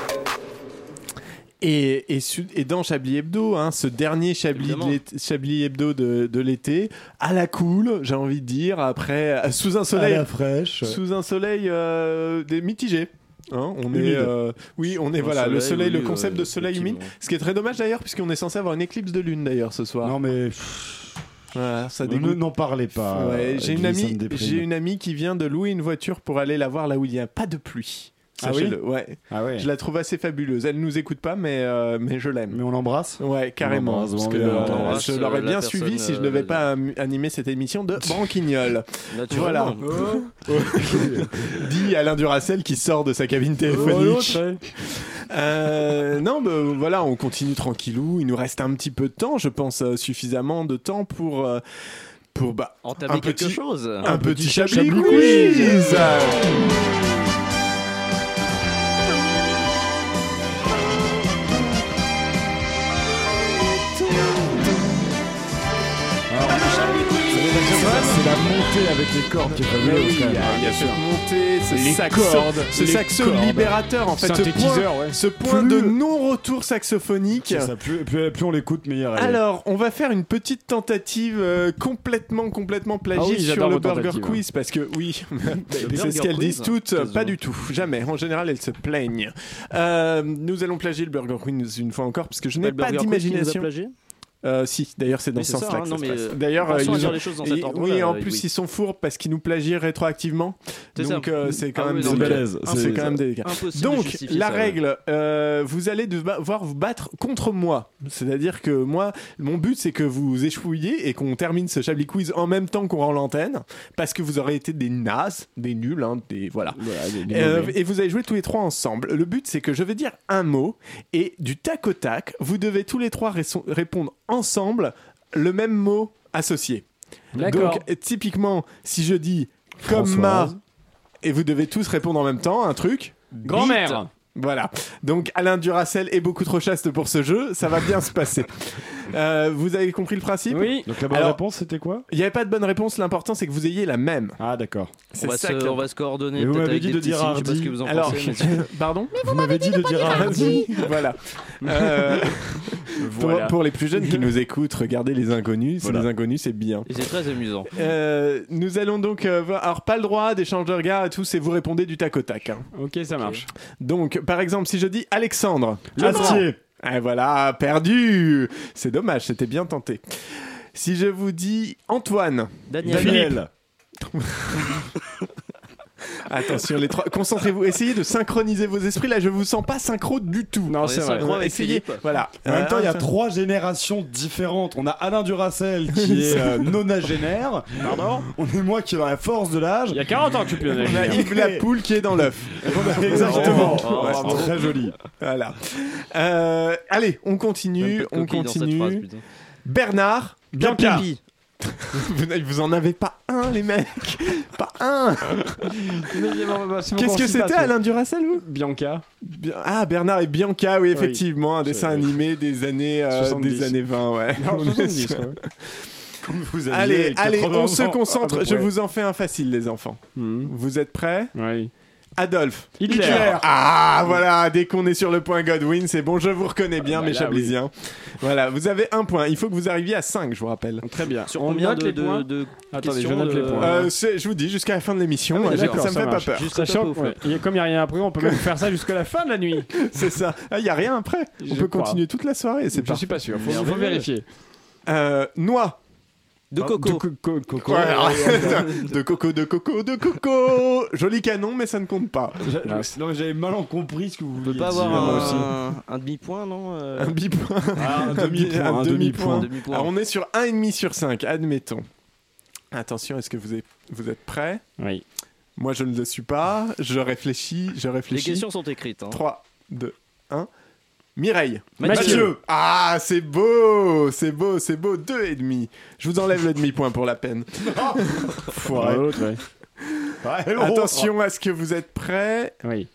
B: Et, et, su- et dans Chablis Hebdo, hein, ce dernier Chablis, de l'été- Chablis Hebdo de, de l'été, à la cool, j'ai envie de dire, après, euh, sous un soleil.
A: À la fraîche.
B: Sous un soleil euh, des- mitigé. Hein, on est,
A: Humide.
B: euh, oui, on est,
A: Un
B: voilà, le
A: soleil,
B: soleil, le
A: oui,
B: concept
A: euh,
B: de soleil humide.
A: effectivement.
B: Ce qui est très dommage d'ailleurs, puisqu'on est censé avoir une éclipse de lune d'ailleurs ce soir.
A: Non, mais.
B: Voilà, ça
A: Ne-
B: dégoûte.
A: N'en parlez pas.
B: Ouais, j'ai
A: Guy,
B: une
A: Euh, ça
B: amie,
A: me déprime.
B: j'ai une amie qui vient de louer une voiture pour aller la voir là où il n'y a pas de pluie.
A: Ah oui Eh.
B: sachez-le. ouais. Je la trouve assez fabuleuse. Elle nous écoute pas, mais, euh, mais je l'aime.
A: Mais on l'embrasse
B: Ouais,
A: Mm. On
B: carrément.
A: l'embrasse,
B: Parce
A: bon,
B: que,
A: bien, on
B: euh,
A: l'embrasse,
B: je
A: euh,
B: l'aurais
A: la
B: bien
A: personne,
B: suivi si je
A: euh,
B: ne devais pas am- animer cette émission de Branquignol. voilà.
A: Naturellement.
B: Dit Alain Duracel qui sort de sa cabine
A: Oh,
B: téléphonique. Euh, non, bah, voilà, on continue tranquillou. Il nous reste un petit peu de temps, je pense, euh, suffisamment de temps pour. euh, pour bah,
W: Entamer
B: un petit,
W: quelque chose.
B: Un, petit, Chablis
W: Chablis
B: quiz.
W: quiz.
A: C'est la montée avec les cordes qui est
B: Mais oui,
A: fabuleuse.
B: il y a,
A: quand même.
B: il y a cette montée, ce
A: Les
B: saxo,
A: cordes,
B: ce
A: les
B: saxo
A: cordes.
B: libérateur en fait, ce
A: Synthétiseur,
B: point,
A: ouais.
B: ce point
A: Plus-
B: de non-retour saxophonique.
A: Ça, ça, plus, plus- plus on l'écoute, meilleur. elle est.
B: Alors, on va faire une petite tentative euh, complètement, complètement plagiée
A: Ah oui,
B: sur
A: j'adore
B: le
A: vos
B: Burger
T: hein.
A: tentatives.
B: Quiz, parce que oui,
A: Le
B: c'est ce
A: Burger
B: qu'elles
A: Quiz,
B: disent toutes,
A: quasiment.
B: pas du tout, jamais. En général, elles se plaignent. Euh, nous allons plagier le Burger Quiz une fois encore, parce que je n'ai
T: Bah, le
B: pas
T: Burger Quiz qui nous a
B: d'imagination.
T: plagié
B: Euh, si, d'ailleurs c'est dans
T: Oui,
B: ce
T: c'est ça,
B: sens-là
T: hein,
B: que
T: non,
B: ça se
T: mais,
B: passe.
T: euh,
B: D'ailleurs,
T: pensons à
B: ils
T: dire
B: ont-
T: les choses dans
B: et-
T: cet ordre-là,
B: Oui,
T: euh,
B: en
T: oui.
B: plus ils sont fours parce qu'ils nous plagient rétroactivement.
T: C'est
B: Donc
T: ça.
B: euh, c'est quand
T: Ah
B: même
T: oui, non, mais-
B: délicat.
T: Balèze,
B: Ah,
T: c'est-
B: c'est quand même délicat.
T: impossible de
B: Donc
T: justifier
B: la
T: ça, ouais.
B: règle, euh, vous allez devoir vous battre contre moi. C'est-à-dire que moi, mon but c'est que vous échouiez et qu'on termine ce Chablis Quiz en même temps qu'on rend l'antenne parce que vous aurez été des nazes, des nuls, hein, des voilà.
A: des
B: Euh,
A: mauvais.
B: et vous allez jouer tous les trois ensemble. Le but, c'est que je vais dire un mot et du tac au tac, vous devez tous les trois réso- répondre ensemble le même mot associé.
I: D'accord.
B: Donc, euh, typiquement, si je dis comme ma,
I: Françoise.
B: et vous devez tous répondre en même temps un truc.
I: Grand-mère.
B: Bite. Voilà. Donc, Alain Duracel est beaucoup trop chaste pour ce jeu. Ça va bien se passer. Euh, vous avez compris le principe
I: Oui.
A: Donc la bonne
B: Alors,
A: réponse, c'était quoi
B: Il n'y avait pas de bonne réponse. L'important, c'est que vous ayez la même.
A: Ah, d'accord.
B: C'est
W: On va,
B: ça
W: se,
B: qui est
W: on va se coordonner
B: Mais vous
W: peut-être
B: m'avez
W: avec
B: dit
W: des
B: de
W: petits
B: dire
W: signes, je sais pas
B: Hardy.
W: ce que vous en
B: Alors-
W: pensez. mais-
B: Pardon
A: Vous m'avez dit de dire Hardy.
B: Voilà. Euh, pour-
W: Voilà.
B: Pour, les plus jeunes qui nous écoutent, regardez les inconnus. C'est
W: Voilà.
B: les inconnus, c'est bien.
W: Et c'est très amusant.
B: Euh, nous allons donc euh, voir- alors pas le droit d'échange de regards et tout, c'est vous répondez du tac au tac. hein.
I: Ok, ça marche.
B: Donc par exemple, si je dis Alexandre,
A: Le
B: Astier.
A: Mans.
B: Ah, voilà, perdu. C'est dommage, c'était bien tenté. Si je vous dis Antoine,
A: Daniel. Daniel.
B: Attention les trois, concentrez-vous, essayez de synchroniser vos esprits. Là, je vous sens pas synchro du tout. Non,
A: Ouais, c'est vrai. synchro avec
B: Essayez,
A: Philippe.
B: voilà.
A: En même temps, il y a
B: Euh,
A: trois générations différentes. On a Alain Duracel qui est euh, nonagénaire. Pardon On est moi qui est dans la force de l'âge. Il y a
I: 40 ans que tu peux
B: On a Yves Lapoule qui est dans l'œuf.
A: Exactement.
B: Oh, oh,
A: Ouais,
B: bravo.
A: très joli.
B: Voilà. Euh, allez, on continue,
A: Même pas de
B: on
A: coquille dans cette
B: continue.
A: phrase, putain.
B: Bernard,
A: Bien
B: Bianca.
A: pire.
B: vous, n'avez- vous en avez pas un, les mecs Pas un Qu'est-ce que c'était, Alain Duracel, vous
I: Bianca.
B: Bien- Ah, Bernard et Bianca, oui, effectivement, un dessin animé des années, euh,
A: 70.
B: des années 20, ouais.
A: Non,
B: On est
A: 70,
B: sur-
A: ouais. Comme vous aviez
B: Allez,
A: les
B: allez,
A: 80
B: on se
A: ans, à
B: concentre.
A: peu
B: Je
A: près.
B: vous en fais un facile, les enfants. Vous êtes prêts
I: Oui.
B: Adolphe.
I: Hitler.
B: Ah, voilà, dès qu'on est sur le point Godwin, c'est bon, je vous reconnais bien,
I: bah
B: mes
I: là,
B: chablisiens. Voilà, vous avez un point. Il faut que vous arriviez à 5, je vous rappelle.
I: Très bien.
B: Sur
I: On combien note de- les de- points de Attendez, je note les points. Euh,
B: Euh, je vous dis, jusqu'à la fin de l'émission.
I: Ah oui,
B: euh,
I: d'accord,
B: ça me fait
I: marche.
B: pas peur.
I: Sachant que, ouais, et comme il n'y a rien après, on peut même faire ça jusqu'à la fin de la nuit.
B: c'est ça. Ah, Il n'y a rien après. On
I: Je
B: peut
I: crois.
B: continuer toute la soirée, c'est
I: Je
B: parfait.
I: suis pas sûr, faut- faut Merveilleux. vérifier.
B: Euh, noix.
I: De
B: Ah,
I: coco.
B: De coco,
I: coco.
B: Ouais, de coco, de coco, de coco. Joli canon, mais ça ne compte pas.
A: Non, mais j'avais mal en compris ce que vous vouliez
T: pas
A: dire.
T: avoir
B: moi
J: Euh,
B: aussi.
T: un, un demi-point, non euh,
B: Un demi-point.
A: Ah, un
B: Un
A: demi-point,
B: bi- un
A: un
B: demi-point.
A: demi-point.
B: Alors, on est sur 1,5 sur 5, admettons. Attention, est-ce que vous êtes, vous êtes prêts
I: Oui.
B: Moi, je ne le suis pas. Je réfléchis, je
T: Les
B: réfléchis.
T: questions sont écrites. hein.
B: 3, 2, 1. Mireille.
T: Mathieu. Mathieu.
B: Ah, c'est beau, c'est beau, c'est beau. Deux et demi. Je vous enlève le demi-point pour la peine. Foiré.
A: l'autre.
B: Attention, est-ce que vous êtes prêts
I: Oui.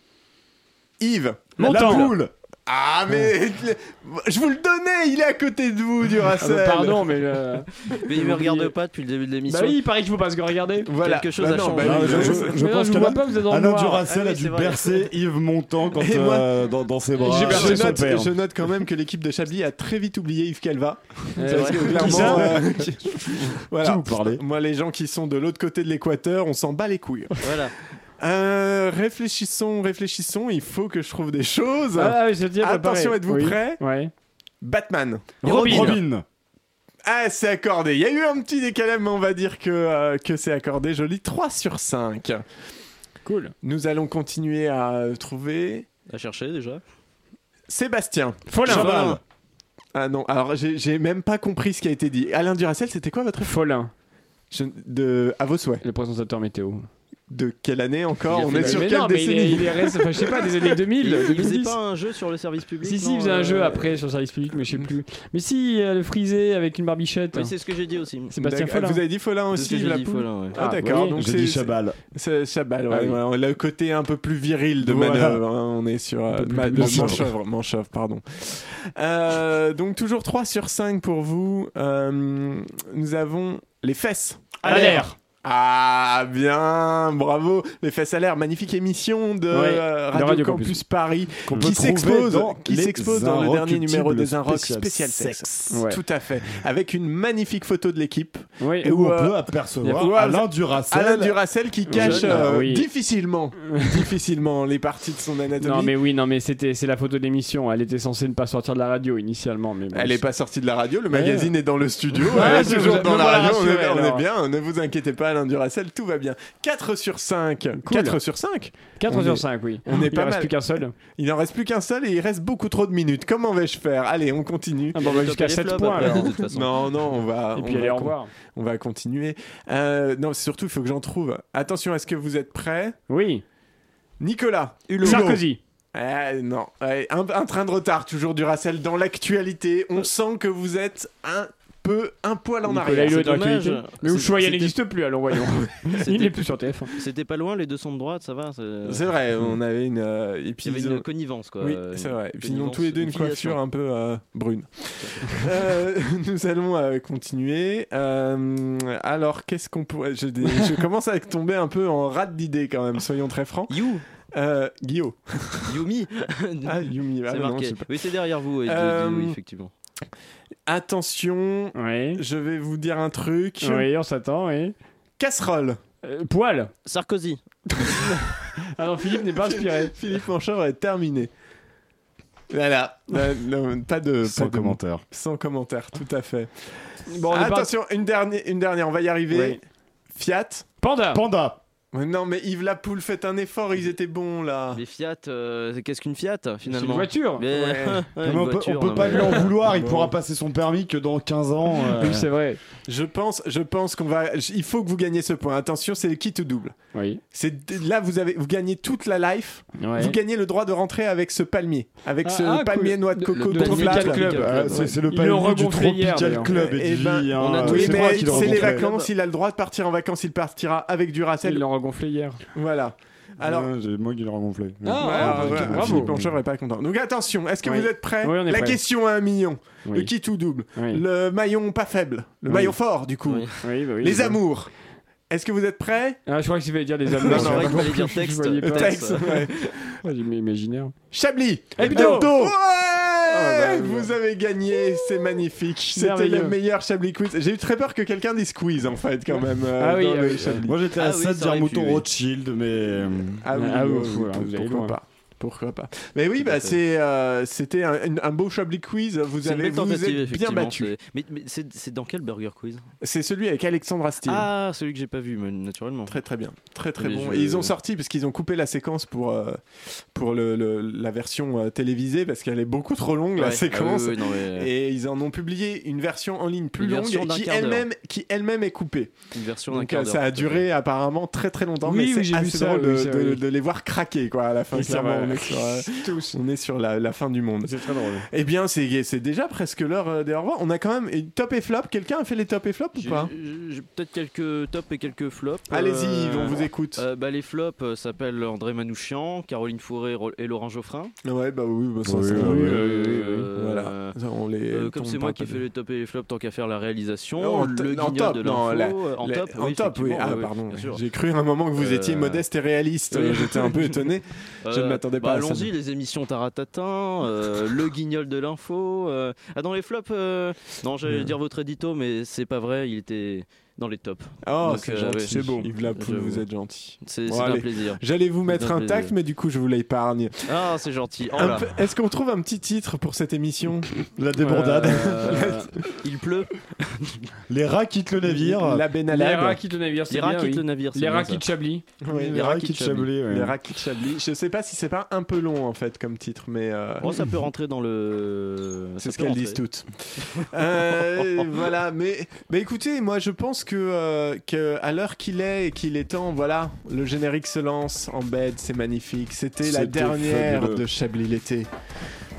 B: Yves.
I: Montand.
B: La boule. Ah, mais je vous le donnais, il est à côté de vous, Duracell.
I: Ah, bah, pardon, mais, euh,
T: Mais il me regarde pas depuis le début de l'émission.
I: Bah oui, il paraît qu'il faut pas se regarder.
T: Voilà. Quelque chose Bah a non, changé. bah oui,
A: Ah, je, je- je
I: Mais non,
A: pense
I: je
A: que
I: vois
A: là,
I: pas, vous êtes dans le
A: Alain
I: noir.
B: eh,
A: Duracell
I: Ah
A: a
I: oui, c'est
A: dû
I: vrai.
A: bercer Yves Montand quand,
B: Et moi-
A: euh, dans, dans ses bras.
B: je,
A: chez son
B: note,
A: père. hein.
B: je note quand même que l'équipe de Chablis a très vite oublié Yves Calva.
I: Eh
A: Euh,
B: Parce que
A: ouais.
B: clairement,
A: Qui ça
B: euh, voilà.
A: Qui vous parlez
B: Moi, les gens qui sont de l'autre côté de l'équateur, on s'en bat les couilles.
T: Voilà.
B: Euh, réfléchissons, réfléchissons. Il faut que je trouve des choses.
I: Ah, oui, je dis, bah,
B: Attention,
I: pareil.
B: êtes-vous
I: Oui.
B: prêts
I: Ouais.
B: Batman.
I: Robin.
B: Ah, c'est accordé. Il y a eu un petit décalage, mais on va dire que, euh, que c'est accordé. Joli 3 sur 5. Cool. Nous allons continuer à trouver.
T: À chercher déjà.
B: Sébastien.
T: Follin.
B: Chaval. Ah non, alors j'ai j'ai même pas compris ce qui a été dit. Alain Duracel, c'était quoi votre Follin de, À vos souhaits.
I: Le présentateur météo.
B: De quelle année encore
I: Il a
B: On
I: fait-
B: est sur
I: mais
B: quelle
I: non, mais il est-
B: décennie
I: il est resté- enfin, je sais pas, des années
T: Il-
I: 2000,
T: Il
I: 2010.
T: faisait
J: hein,
T: pas un jeu sur le service public
I: Si, si,
T: non,
I: il faisait un
T: euh,
I: jeu après sur le service public, mais je sais plus. Mais si, euh, le frisé avec une barbichette. hein.
T: Oui, c'est ce que j'ai dit aussi.
I: Sébastien
B: D'accord.
I: Follin.
B: Ah, Vous avez dit Follin
I: C'est ce que
B: aussi,
I: j'ai
B: la
I: dit,
B: poule
I: Follin, ouais.
B: Ah,
I: Ah,
B: d'accord.
I: oui.
B: donc
I: J'ai
B: c'est-
I: dit
A: Chabal.
B: C'est Chabal, ouais,
A: Ah oui.
B: ouais, on a le côté un peu plus viril de
A: Voilà.
B: manœuvre. hein, On est sur euh,
A: peu plus
B: ma- de
A: Manchevre.
B: Manchevre, Manchevre, pardon. Euh, donc, toujours 3 sur 5 pour vous. Euh, nous avons les fesses.
L: À l'air.
B: Ah, bien, bravo. Les fesses à l'air, magnifique émission de
L: Ouais,
B: euh,
L: de
B: Radio,
L: Radio
B: Campus,
L: Campus.
B: Paris
A: Qu'on peut
B: qui
A: trouver
B: s'expose
A: dans
B: qui
A: les
B: s'expose dans le dernier
A: Inrocutibles
B: numéro des Inrocks spécial
A: spécial sexe.
B: sexe.
A: Ouais.
B: Tout à fait. Avec une magnifique photo de l'équipe.
I: Oui,
A: Et où on peut apercevoir Alain euh, Duracell.
B: Alain Duracell qui cache
I: Jeune,
B: euh,
I: oui.
B: difficilement, difficilement les parties de son anatomie.
I: Non mais oui non mais c'était c'est la photo de l'émission elle était censée ne pas sortir de la radio initialement mais bon,
B: Elle n'est pas sortie de la radio, le magazine est dans le studio,
I: Eh. Ouais,
B: elle est
I: je
B: toujours
I: vous-
B: dans
I: me
B: la
I: voilà
B: radio, on est-
I: rassuré,
B: on est,
I: alors.
B: bien, ne vous inquiétez pas, Alain Duracell, tout va bien. 4 sur 5, 4 sur 5
I: 4 sur 5, oui.
B: On n'est
I: Il
B: pas
I: en reste
B: mal.
I: plus qu'un seul.
B: Il n'en reste plus qu'un seul et il reste beaucoup trop de minutes. Comment vais-je faire Allez, on continue.
I: bon, bah, Et jusqu'à top et sept les flops, points, après, alors. de toute façon.
B: Non, non, on va.
I: Et
B: Ah, on
I: puis,
B: va
I: allez, au
B: con-
I: revoir.
B: On va continuer. Euh, non, c'est surtout, il faut que j'en trouve. Attention, est-ce que vous êtes prêts
I: Oui.
B: Nicolas Hulot.
I: Sarkozy.
B: Euh, non, Ouais, un, un train de retard, toujours du Racel dans l'actualité.
T: Euh.
B: On sent que vous êtes un peu un poil en
I: Nicolas
B: arrière.
I: Hulot
B: C'est
I: est dans
B: dommage.
I: l'actualité. Mais
B: C'est-
I: Ushuaïa
B: c'était-
I: n'existe plus alors voyons.
T: C'était-
I: Il n'est plus sur TF1.
T: C'était pas loin, les deux sont de droite, ça va.
B: C'est vrai, on avait une. euh, et puis
T: Il y avait
B: ils
T: une
B: ont-
T: connivence, quoi.
B: Oui,
T: Euh,
B: c'est
T: une
B: vrai. Et puis ils ont
T: connivence,
B: tous les deux une,
T: une filiation.
B: coiffure un peu euh, brune. Euh, nous allons euh, continuer. Euh, alors, qu'est-ce qu'on pourrait. Je, dé- je commence à tomber un peu en rate d'idées quand même, soyons très francs.
T: You
B: euh, Guillaume.
T: Yumi
B: Ah, Yumi, ah,
T: C'est
B: non,
T: marqué.
B: je sais pas.
T: Oui, c'est derrière vous, et de- de-
B: Euh,
T: oui, effectivement.
B: Attention, je vais vous dire un truc.
I: Oui, on s'attend, oui.
B: Casserole.
I: poil.
T: Sarkozy.
I: Alors Ah Philippe n'est pas inspiré.
B: Philippe Manchevre est terminé. Voilà. Euh, non, pas de.
A: Sans
B: pas de-
A: commentaire.
B: Sans commentaire, tout à fait.
I: Bon, on est pas-
B: Attention, une, dernière, une dernière, on va y
I: Oui.
B: arriver. Fiat.
I: Panda.
A: Panda.
B: Non, mais Yves Lapoule, faites un effort, ils étaient bons là.
T: Les Fiat, euh, c'est- qu'est-ce qu'une Fiat finalement
B: une voiture.
T: Mais-
B: Ouais.
T: Ouais,
A: Non,
T: une
A: mais on, peut,
T: voiture,
A: on peut
T: non,
A: pas
T: mais-
A: lui en vouloir, il pourra passer son permis que dans 15 ans. euh.
I: vrai.
B: Je pense, je pense qu'on va. j- Il faut que vous gagnez ce point. Attention, c'est le kit ou double.
I: Oui.
B: C'est là vous avez, vous gagnez toute la life.
I: Ouais.
B: Vous gagnez le droit de rentrer avec ce palmier, avec
A: Ah,
B: ce
A: ah,
B: palmier
A: cool.
B: noix de
A: Le-
B: coco
A: le
B: de
A: Tropical
B: Tropical
A: Club.
I: Euh,
A: Ah, c'est- c'est le Ils palmier l'ont du regonflé hier, Tropical d'ailleurs. Club,
B: Eh
A: Edgy,
B: ben,
A: hein,
B: on a
A: euh,
B: tous-
A: c'est
B: mais
A: moi qui le
B: c'est les
A: rencontrais.
B: vacances. Il a le droit de partir en vacances. Il partira avec du Racel.
I: Il l'a rengonflé hier.
B: Voilà. Alors,
A: Ouais, j'ai- moi qui l'ai regonflé.
B: Ouais,
I: Ah,
B: ouais,
I: ok,
B: ouais,
I: bravo.
B: Philippe Blanchard est pas content. Donc attention, est-ce que
I: Oui.
B: vous êtes prêts
I: Oui, on est
B: La
I: prêts.
B: question à un million.
I: Oui.
B: Le qui tout double.
I: Oui.
B: Le maillon pas faible. Le
I: Oui.
B: maillon fort, du coup.
I: Oui. Oui, bah oui,
B: Les
I: oui.
B: amours. Est-ce que vous êtes prêts
I: Ah, je crois que tu voulais dire des amours.
B: Non, non,
I: J'ai
B: ouais,
I: pas
B: il fallait
I: compris,
B: dire texte.
I: je voyais pas.
B: Texte, ouais.
I: Ouais, j'ai mis imaginaire.
B: Chablis
I: Hebdo.
B: Ouais
I: Oh. bah,
B: Vous avez gagné, c'est magnifique. C'était
I: Merveilleux.
B: le meilleur Chablis quiz. J'ai eu très peur que quelqu'un dise quiz en fait, quand même. euh,
I: Ah oui,
B: dans
I: ah
B: le
I: oui.
B: Chablis.
A: Moi j'étais à 7 dire mouton
B: oui.
A: Rothschild, mais. euh,
B: Ah oui,
I: Ah oui,
B: oui,
I: voilà,
B: oui,
I: vous allez
B: pourquoi
I: loin.
B: pas Pourquoi pas Mais oui, bah, c'est, euh, c'était un, une- un beau Chablis quiz. Vous
T: C'est une
B: avez
T: belle
B: vous vous
T: tentative,
B: êtes bien
T: effectivement,
B: battu.
T: c'est- Mais, mais c'est c'est dans quel Burger Quiz
B: C'est celui avec Alexandre Astier.
T: Ah, celui que j'ai pas vu, mais naturellement.
B: Très très bien, très très
T: Mais
B: bon.
T: je-
B: Et ils ont sorti parce qu'ils ont coupé la séquence pour euh, pour le, le- la version euh, télévisée parce qu'elle est beaucoup trop longue la
T: Ouais.
B: séquence.
T: Ah oui, oui, non, mais-
B: Et ils en ont publié une version en ligne plus
T: Une
B: longue
T: version d'un
B: qui
T: quart d'heure.
B: elle-même qui elle-même est coupée.
T: Une version d'un
B: Donc
T: quart
B: euh,
T: d'heure.
B: ça a duré apparemment très très longtemps.
I: Oui, oui,
B: mais
I: j'ai
B: c'est
I: vu
B: assez
I: ça,
B: drôle
I: oui,
B: de,
I: ça,
B: de-
I: oui.
B: de les voir craquer quoi à la fin.
I: Oui, ça
B: clairement,
I: va.
B: on est sur, euh,
I: Tous.
B: on est sur la, la fin du monde.
I: C'est très drôle.
B: Eh bien c'est c'est déjà presque l'heure euh, des au revoir. On a quand même une top et flop. Quelqu'un a fait les top et flop ou
T: J'ai- euh,
B: pas
T: j'ai- J'ai peut-être quelques tops et quelques flops.
B: Allez-y, Yves, on vous écoute.
T: euh, bah, les flops euh, s'appellent André Manouchian, Caroline Fourré Ro- et Laurent Geoffrin.
B: Ouais, bah oui, bah ça,
A: Oui,
B: ça-
A: oui,
B: oui,
A: oui,
B: oui, oui,
T: Euh,
B: oui. Voilà. Ça, on les
T: euh, comme
B: tombe
T: c'est
B: pas
T: moi
B: un
T: qui
B: peu
T: fais
B: de-
T: les tops et les flops tant qu'à faire la réalisation,
B: Non, en to-
T: le
B: en
T: guignol
B: top,
T: de
B: non,
T: l'info,
B: la-
T: euh, en
B: la-
T: top,
B: en
T: oui,
B: top, oui.
T: effectivement,
B: Ah,
T: oui,
B: pardon.
T: bien sûr.
B: J'ai cru un moment que vous étiez
T: Euh,
B: modeste et réaliste.
T: oui.
B: J'étais un peu étonné. Je ne
T: Euh,
B: m'attendais
T: bah,
B: pas à ça.
T: Allons-y, les émissions Taratatin, euh, le guignol de l'info. euh, Ah, dans les flops, euh, non, j'allais dire votre édito, mais c'est pas vrai, il était dans les tops.
B: Oh,
T: Donc,
B: c'est
T: euh,
B: gentil.
T: ouais, c'est beau.
B: Yves Lapoule,
T: J'avoue.
B: vous êtes gentil.
T: C'est
B: Bon,
T: c'est un
B: allez.
T: plaisir.
B: J'allais vous
T: C'est
B: mettre un
T: plaisir.
B: tac, mais du coup, je vous l'épargne.
T: Ah, c'est gentil. Oh
B: Un
T: là.
B: peu- Est-ce qu'on trouve un petit titre pour cette émission
A: La débandade.
T: Euh, Il pleut.
A: Les rats quittent le navire.
B: La Benalade.
I: Les rats quittent le navire, c'est
T: Les rats
I: bien,
T: quittent
I: oui.
T: le navire, c'est
I: Les
T: bien
I: rats
T: ça.
I: quittent Chablis.
B: Ouais,
T: Les rats quittent Chablis.
B: Les rats quittent Chablis. Je sais pas si c'est pas un peu long en fait comme titre, mais. euh,
T: Oh, ça peut rentrer dans le.
B: C'est
T: ça
B: ce
T: peut
B: qu'elles
T: rentrer.
B: disent toutes. Euh, voilà, mais, mais écoutez, moi je pense que, euh, que à l'heure qu'il est et qu'il est temps, voilà, le générique se lance en bed, c'est magnifique. C'était la
A: C'était
B: dernière
A: fabuleux.
B: de Chablis l'été.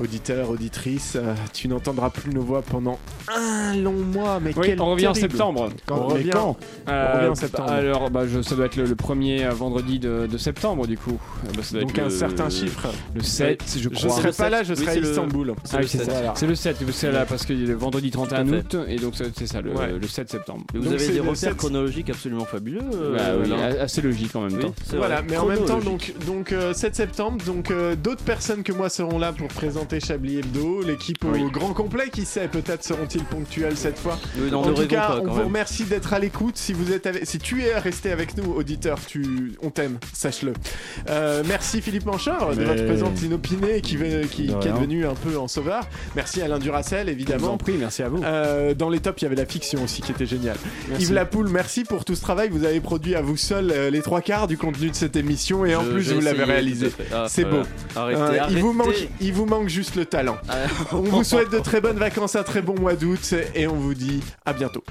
B: Auditeur, auditrice, euh, tu n'entendras plus nos voix pendant un long mois, mais
I: Oui,
B: quel
I: on revient en
B: terrible.
I: septembre.
B: Quand- mais quand
I: Euh,
B: On revient en septembre.
I: Alors, bah, je- ça doit être le, le premier euh, vendredi de, de septembre, du coup. Euh, bah, ça doit
B: Donc
I: être
B: un
I: le-
B: certain chiffre.
I: Le 7, je
B: Je
I: crois.
B: serai pas là, je serai à Istanbul.
I: Ah oui, C'est ça. C'est le 7, c'est là parce que le vendredi 31
T: Tout à
I: août, et donc ça- c'est ça, le,
T: Ouais.
I: le 7 septembre.
T: Mais vous
I: Donc,
T: avez
I: c'est
T: des
I: le
T: repères
I: 7.
T: chronologiques absolument fabuleux. euh,
I: Bah oui,
T: Alain.
I: a- assez logique en même
T: Oui,
I: temps.
T: c'est
B: ah Voilà,
T: vrai.
B: mais en même temps,
T: Chronologique.
B: donc, donc euh, 7 septembre, donc euh, d'autres personnes que moi seront là pour présenter Chablis Hebdo, l'équipe au grand complet, qui sait, peut-être seront-ils ponctuels cette fois.
T: Oui, non,
B: en
T: ne
B: tout
T: rêvons
B: cas,
T: pas,
B: on
T: quand
B: vous
T: même.
B: remercie d'être à l'écoute. Si vous êtes, avec- si tu es resté avec nous, auditeur, tu, on t'aime, sache-le. Euh, merci Philippe Manchard de
A: Mais-
B: votre présence inopinée qui, ve- qui-
A: De
B: qui est
A: rien.
B: devenu un peu en sauveur. Merci Alain Duracel, évidemment.
A: Je vous en prie, merci à vous.
B: Euh, dans les tops, il y avait la fiction aussi qui était géniale.
A: Merci.
B: Yves Lapoule, merci pour tout ce travail. Vous avez produit à vous seul euh, les trois quarts du contenu de cette émission et en
T: Je-
B: plus
T: j'ai
B: vous l'avez
T: essayé,
B: réalisé.
T: tout à fait. Ah,
B: C'est
T: voilà.
B: beau. Euh,
T: Arrêtez,
B: il, Vous
T: arrêtez. Ah.
B: manque, il vous manque juste le talent. on vous souhaite de très bonnes vacances, un très bon mois d'août et on vous dit à bientôt.